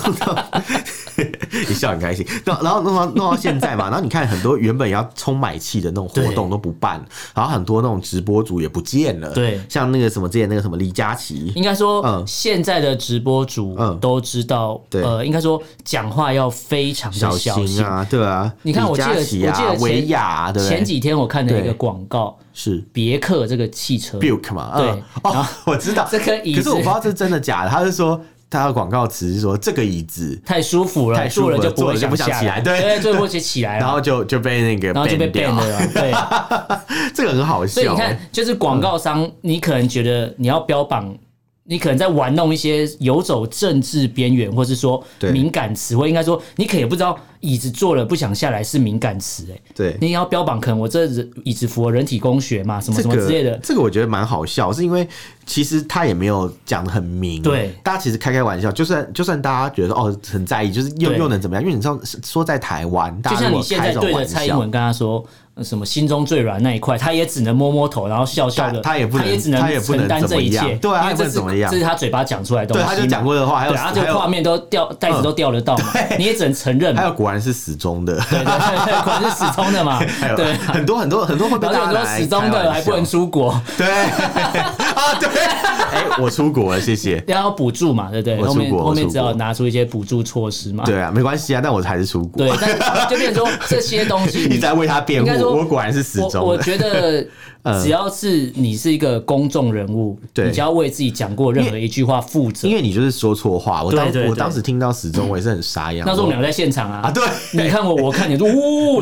Speaker 1: 那， [LAUGHS] 你笑很开心。然后然后弄到弄到现在嘛，然后你看很多原本要充买气的那种活动
Speaker 2: 对
Speaker 1: 都不办，然后很多那种直播主也不见了。
Speaker 2: 对
Speaker 1: 像那个什么之前那个什么李佳琦，
Speaker 2: 应该说
Speaker 1: 嗯
Speaker 2: 现在的直播主
Speaker 1: 嗯
Speaker 2: 都知道，
Speaker 1: 对
Speaker 2: 呃，应该说讲话要非常的小
Speaker 1: 心啊，对啊，
Speaker 2: 你看我
Speaker 1: 李
Speaker 2: 记得
Speaker 1: 佳琦啊
Speaker 2: 我记得，前
Speaker 1: 维亚啊，对不对
Speaker 2: 前几天我看了一
Speaker 1: 对
Speaker 2: 个广告，
Speaker 1: 是。
Speaker 2: 别克这个汽车，
Speaker 1: Buick 嘛，
Speaker 2: 对
Speaker 1: 嗯，哦， [LAUGHS] 我知道
Speaker 2: 这个椅
Speaker 1: 可是
Speaker 2: 子
Speaker 1: 我不知道这是真的假的。他是说他的广告词是说这个椅子
Speaker 2: [LAUGHS] 太舒服了，
Speaker 1: 太舒服
Speaker 2: 坐
Speaker 1: 了
Speaker 2: 了就不会
Speaker 1: 坐了就不想
Speaker 2: 下
Speaker 1: 起来对
Speaker 2: 对，坐了就起来
Speaker 1: [LAUGHS] 然
Speaker 2: 了，
Speaker 1: 后就就被那个
Speaker 2: 然后就被
Speaker 1: ban 掉
Speaker 2: ban 了，对。
Speaker 1: 这个很好
Speaker 2: 所以
Speaker 1: 笑
Speaker 2: 你
Speaker 1: 欸、
Speaker 2: 看，就是广告商，你可能觉得你要标榜，你可能在玩弄一些游走政治边缘，或是说
Speaker 1: 对
Speaker 2: 敏感词汇。应该说，你可能也不知道椅子坐了不想下来是敏感词，哎，
Speaker 1: 对。
Speaker 2: 你也要标榜，可能我这人椅子符合人体工学嘛，什么
Speaker 1: 这
Speaker 2: 什么之类
Speaker 1: 个
Speaker 2: 的。
Speaker 1: 这个我觉得蛮好笑，是因为其实他也没有讲的很明，
Speaker 2: 对
Speaker 1: 大家其实开开玩笑，就算就算大家觉得说哦很在意，就是又
Speaker 2: 对
Speaker 1: 又能怎么样？因为你知道说在台湾，大
Speaker 2: 就
Speaker 1: 家
Speaker 2: 像
Speaker 1: 如
Speaker 2: 你
Speaker 1: 果
Speaker 2: 现
Speaker 1: 开
Speaker 2: 在
Speaker 1: 这种
Speaker 2: 对着
Speaker 1: 玩
Speaker 2: 蔡英
Speaker 1: 笑，
Speaker 2: 文跟他说呃什么心中最软那一块，他也只能摸摸头，然后笑笑的，
Speaker 1: 他他也不能
Speaker 2: 只能
Speaker 1: 他也不能
Speaker 2: 承担
Speaker 1: 怎
Speaker 2: 这
Speaker 1: 么
Speaker 2: 一
Speaker 1: 样
Speaker 2: 切，
Speaker 1: 对啊
Speaker 2: 因为
Speaker 1: 他也不
Speaker 2: 这
Speaker 1: 能
Speaker 2: 是
Speaker 1: 怎么样
Speaker 2: 这是他嘴巴讲出来的东
Speaker 1: 对，
Speaker 2: 西嘛，
Speaker 1: 他就讲过的话，还有
Speaker 2: 对，啊然后这
Speaker 1: 还
Speaker 2: 个画
Speaker 1: 有
Speaker 2: 面都掉，袋子都掉
Speaker 1: [LAUGHS]
Speaker 2: 得到嘛，你也只能承认嘛
Speaker 1: 还。有果然是死忠的，
Speaker 2: 对对对，果然是始终的嘛，
Speaker 1: [LAUGHS] 还有
Speaker 2: 对。
Speaker 1: 很多很多很多会被
Speaker 2: 然
Speaker 1: 大家
Speaker 2: 后
Speaker 1: 拿
Speaker 2: 就说
Speaker 1: 来
Speaker 2: 始终
Speaker 1: 开玩
Speaker 2: 的还不
Speaker 1: 笑
Speaker 2: 能出国， [LAUGHS]
Speaker 1: 对 [LAUGHS] 啊对，哎我出国了，谢谢。
Speaker 2: 然后补助嘛，对不对？
Speaker 1: 我出
Speaker 2: 后
Speaker 1: 国
Speaker 2: 面
Speaker 1: 我
Speaker 2: 后面
Speaker 1: 出
Speaker 2: 只好
Speaker 1: 国
Speaker 2: 拿出一些补助措施嘛。
Speaker 1: [LAUGHS] 对啊，没关系啊，但我还是出国
Speaker 2: 对，，但就变成说这些东西
Speaker 1: [LAUGHS] 一直
Speaker 2: 你
Speaker 1: 在为他辩
Speaker 2: 应该
Speaker 1: 护，
Speaker 2: 说
Speaker 1: 我果然是死
Speaker 2: 我
Speaker 1: 忠
Speaker 2: 我
Speaker 1: 的。
Speaker 2: 觉得，
Speaker 1: [LAUGHS]
Speaker 2: 只要是你是一个公众人物，
Speaker 1: 对
Speaker 2: 你只要为自己讲过任何一句话负责
Speaker 1: 因。为你就是说错话，我当
Speaker 2: 对对
Speaker 1: 我
Speaker 2: 对
Speaker 1: 当时听到始终我也是很傻眼。
Speaker 2: 那时候我
Speaker 1: 我
Speaker 2: 们俩在现场啊
Speaker 1: 啊，，
Speaker 2: [LAUGHS]
Speaker 1: 对，
Speaker 2: 你看我，我看你，呜，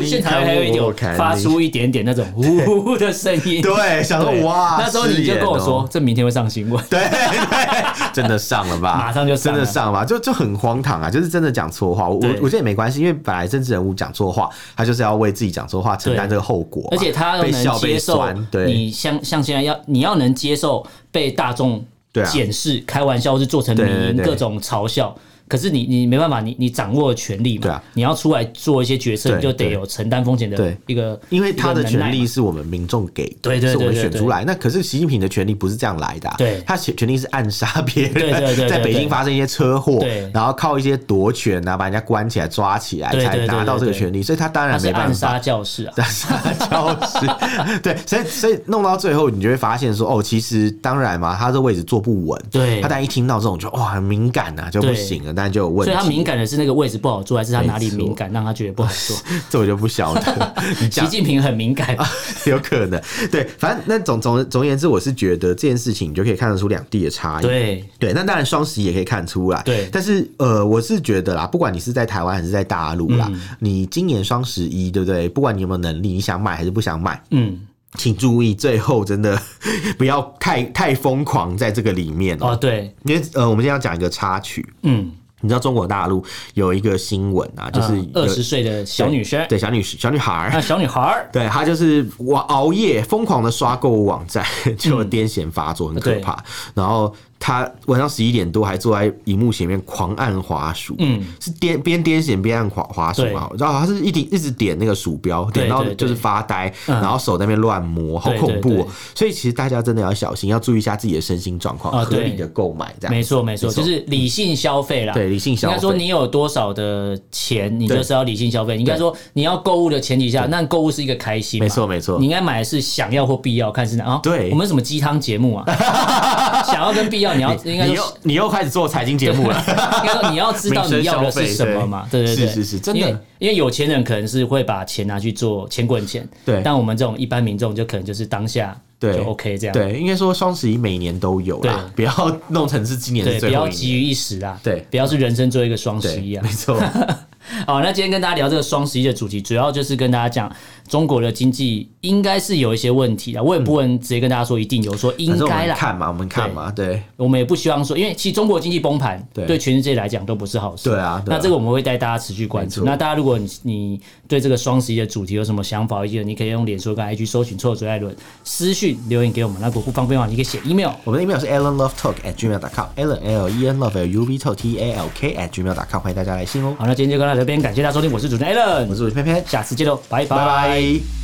Speaker 1: [LAUGHS] 你
Speaker 2: 现场
Speaker 1: 看
Speaker 2: 还有一
Speaker 1: 我
Speaker 2: 点
Speaker 1: 我看你
Speaker 2: 发出一点点那种呜的声音，
Speaker 1: 对，想
Speaker 2: 对
Speaker 1: 说哇，
Speaker 2: 那时候你就跟我
Speaker 1: 失言
Speaker 2: 说
Speaker 1: 哦，，
Speaker 2: 这明天会上新闻，
Speaker 1: [LAUGHS] 对对，真的上了吧？
Speaker 2: 马上就上
Speaker 1: 真
Speaker 2: 了
Speaker 1: 的上吧，就就很荒唐啊！就是真的讲错话，我我
Speaker 2: 对
Speaker 1: 我觉得也没关系，因为本来政治人物讲错话，他就是要为自己讲错话承担
Speaker 2: 对
Speaker 1: 这个后果嘛，
Speaker 2: 而且他要
Speaker 1: 被
Speaker 2: 能
Speaker 1: 笑
Speaker 2: 接
Speaker 1: 被
Speaker 2: 受
Speaker 1: 酸，对，
Speaker 2: 你像像现在要你要能接受被大众
Speaker 1: 对啊
Speaker 2: 检视、开玩笑，或是做成
Speaker 1: 对对
Speaker 2: 迷因
Speaker 1: 对
Speaker 2: 各种嘲笑。可是你你没办法，你你掌握了权力嘛，
Speaker 1: 对啊
Speaker 2: 你要出来做一些决策，
Speaker 1: 对
Speaker 2: 你就得
Speaker 1: 对
Speaker 2: 有承担风险的
Speaker 1: 对
Speaker 2: 一个，
Speaker 1: 因为他的
Speaker 2: 一个能耐
Speaker 1: 权利
Speaker 2: 嘛
Speaker 1: 是我们民众给的，
Speaker 2: 对对对
Speaker 1: 是我们
Speaker 2: 对
Speaker 1: 选
Speaker 2: 对
Speaker 1: 出来。那可是习近平的权利不是这样来的啊、
Speaker 2: 对
Speaker 1: 他权权利是暗杀别人，
Speaker 2: 对对对对
Speaker 1: 在北
Speaker 2: 对
Speaker 1: 京发生一些车祸
Speaker 2: 对，
Speaker 1: 然后靠一些夺权啊，把人家关起来、抓起来，
Speaker 2: 对对
Speaker 1: 才
Speaker 2: 对
Speaker 1: 拿
Speaker 2: 对
Speaker 1: 到这个
Speaker 2: 对
Speaker 1: 权利，所以他当
Speaker 2: 他
Speaker 1: 然
Speaker 2: 是
Speaker 1: 没办
Speaker 2: 暗
Speaker 1: 法
Speaker 2: 杀。教室啊，
Speaker 1: 暗杀教室， [LAUGHS] 对，所以所以弄到最后，你就会发现说，哦，其实当然嘛，他这位置坐不稳，
Speaker 2: 对
Speaker 1: 他但一听到这种就哇很敏感啊，就不
Speaker 2: 对
Speaker 1: 行了，但就有问题，
Speaker 2: 所以他敏感的是那个位置不好坐，还是他哪里
Speaker 1: 没错
Speaker 2: 敏感让他觉得不好
Speaker 1: [LAUGHS]
Speaker 2: 坐？
Speaker 1: 这我就不晓得，你
Speaker 2: 习
Speaker 1: 讲
Speaker 2: 近平很敏
Speaker 1: [LAUGHS]
Speaker 2: 感，
Speaker 1: 哎有可能，对，反正那总总总而言之，我是觉得这件事情你就可以看得出两地的差异。
Speaker 2: 对
Speaker 1: 对，那当然双十一也可以看出来。
Speaker 2: 对
Speaker 1: 但是呃，我是觉得啦，不管你是在台湾还是在大陆啦，
Speaker 2: 嗯
Speaker 1: 你今年双十一对不对？不管你有没有能力，你想买还是不想买，
Speaker 2: 嗯，
Speaker 1: 请注意最后真的 [LAUGHS] 不要太太疯狂在这个里面哦、
Speaker 2: 哦对，
Speaker 1: 因为呃，我们今天要讲一个插曲，
Speaker 2: 嗯，呃
Speaker 1: 你知道中国大陆有一个新闻啊，就是有
Speaker 2: 二十岁的小女生，
Speaker 1: 对小女小女孩儿
Speaker 2: 那小女孩儿，
Speaker 1: 对他就是我熬夜疯狂的刷购物网站， [LAUGHS] 就癫痫发作，很可
Speaker 2: 嗯对
Speaker 1: 怕。然后他晚上十一点多还坐在荧幕前面狂按滑鼠，
Speaker 2: 嗯，
Speaker 1: 是癫边癫痫边按滑滑鼠
Speaker 2: 对
Speaker 1: 嘛？然后他是一直一直点那个鼠标，点到
Speaker 2: 对对
Speaker 1: 就是发呆，
Speaker 2: 嗯
Speaker 1: 然后手在那边乱摸，好
Speaker 2: 对
Speaker 1: 恐怖
Speaker 2: 对
Speaker 1: 哦
Speaker 2: 对！
Speaker 1: 所以其实大家真的要小心，要注意一下自己的身心状况，
Speaker 2: 啊
Speaker 1: 合
Speaker 2: 对
Speaker 1: 理的购买这样。
Speaker 2: 没错没错，
Speaker 1: 没错
Speaker 2: 就是理性消费啦。
Speaker 1: 对理性消费
Speaker 2: 应该说你有多少的钱，你
Speaker 1: 对
Speaker 2: 就是要理性消费。应该说你要购物的前提下，那购物是一个开心嘛。
Speaker 1: 没错没错
Speaker 2: 你应该买的是想要或必要，看是哪啊？
Speaker 1: 对
Speaker 2: 我们什么鸡汤
Speaker 1: [LAUGHS]
Speaker 2: 节目啊？想要跟必要，你要应该
Speaker 1: 你
Speaker 2: 说
Speaker 1: 又你又开始做财经节目了，
Speaker 2: [LAUGHS] 应该说你要知道你要的是什么嘛，对
Speaker 1: 民
Speaker 2: 对
Speaker 1: 生消费
Speaker 2: 对，
Speaker 1: 是是是真的
Speaker 2: 因为因为有钱人可能是会把钱拿去做钱滚钱，
Speaker 1: 对
Speaker 2: 但我们这种一般民众就可能就是当下
Speaker 1: 对
Speaker 2: 就 OK 这样，
Speaker 1: 对，应该说双十一每年都有啦，不要 [LAUGHS] 弄成是今年是
Speaker 2: 对，不
Speaker 1: 最后
Speaker 2: 要
Speaker 1: 一年。
Speaker 2: 急于一时啦，
Speaker 1: 对
Speaker 2: 不要是人生做一个双
Speaker 1: 对
Speaker 2: 十一啊
Speaker 1: 没。
Speaker 2: [LAUGHS]
Speaker 1: 错，
Speaker 2: 好，那今天跟大家聊这个双十一的主题，主要就是跟大家讲中国的经济应该是有一些问题的，我也不能直接跟大家说一定有，说应
Speaker 1: 反正我
Speaker 2: 该
Speaker 1: 们
Speaker 2: 啦，
Speaker 1: 看嘛，我们看嘛，对
Speaker 2: 我们也不希望说，因为其实中国经济崩盘，
Speaker 1: 对
Speaker 2: 对全世界来讲都不是好事。
Speaker 1: 对啊对啊
Speaker 2: 那这个我们会带大家持续关注。
Speaker 1: 没错
Speaker 2: 那大家如果你你对这个双十一的主题有什么想法、意见，你可以用脸书跟 IG 搜寻“错嘴艾伦”，私讯留言给我们。那如果不方便的话，你可以写 email。
Speaker 1: 我们的 email 是 allenlovetalk at gmail.com，allen l e n love l u v talk t a l k at gmail.com，欢迎大家来信哦。
Speaker 2: 好，那今天就跟到这边，感谢大家收听，我是主持人 a l l
Speaker 1: 我
Speaker 2: n
Speaker 1: 是主持人偏偏，
Speaker 2: 下次见喽，拜
Speaker 1: 拜拜。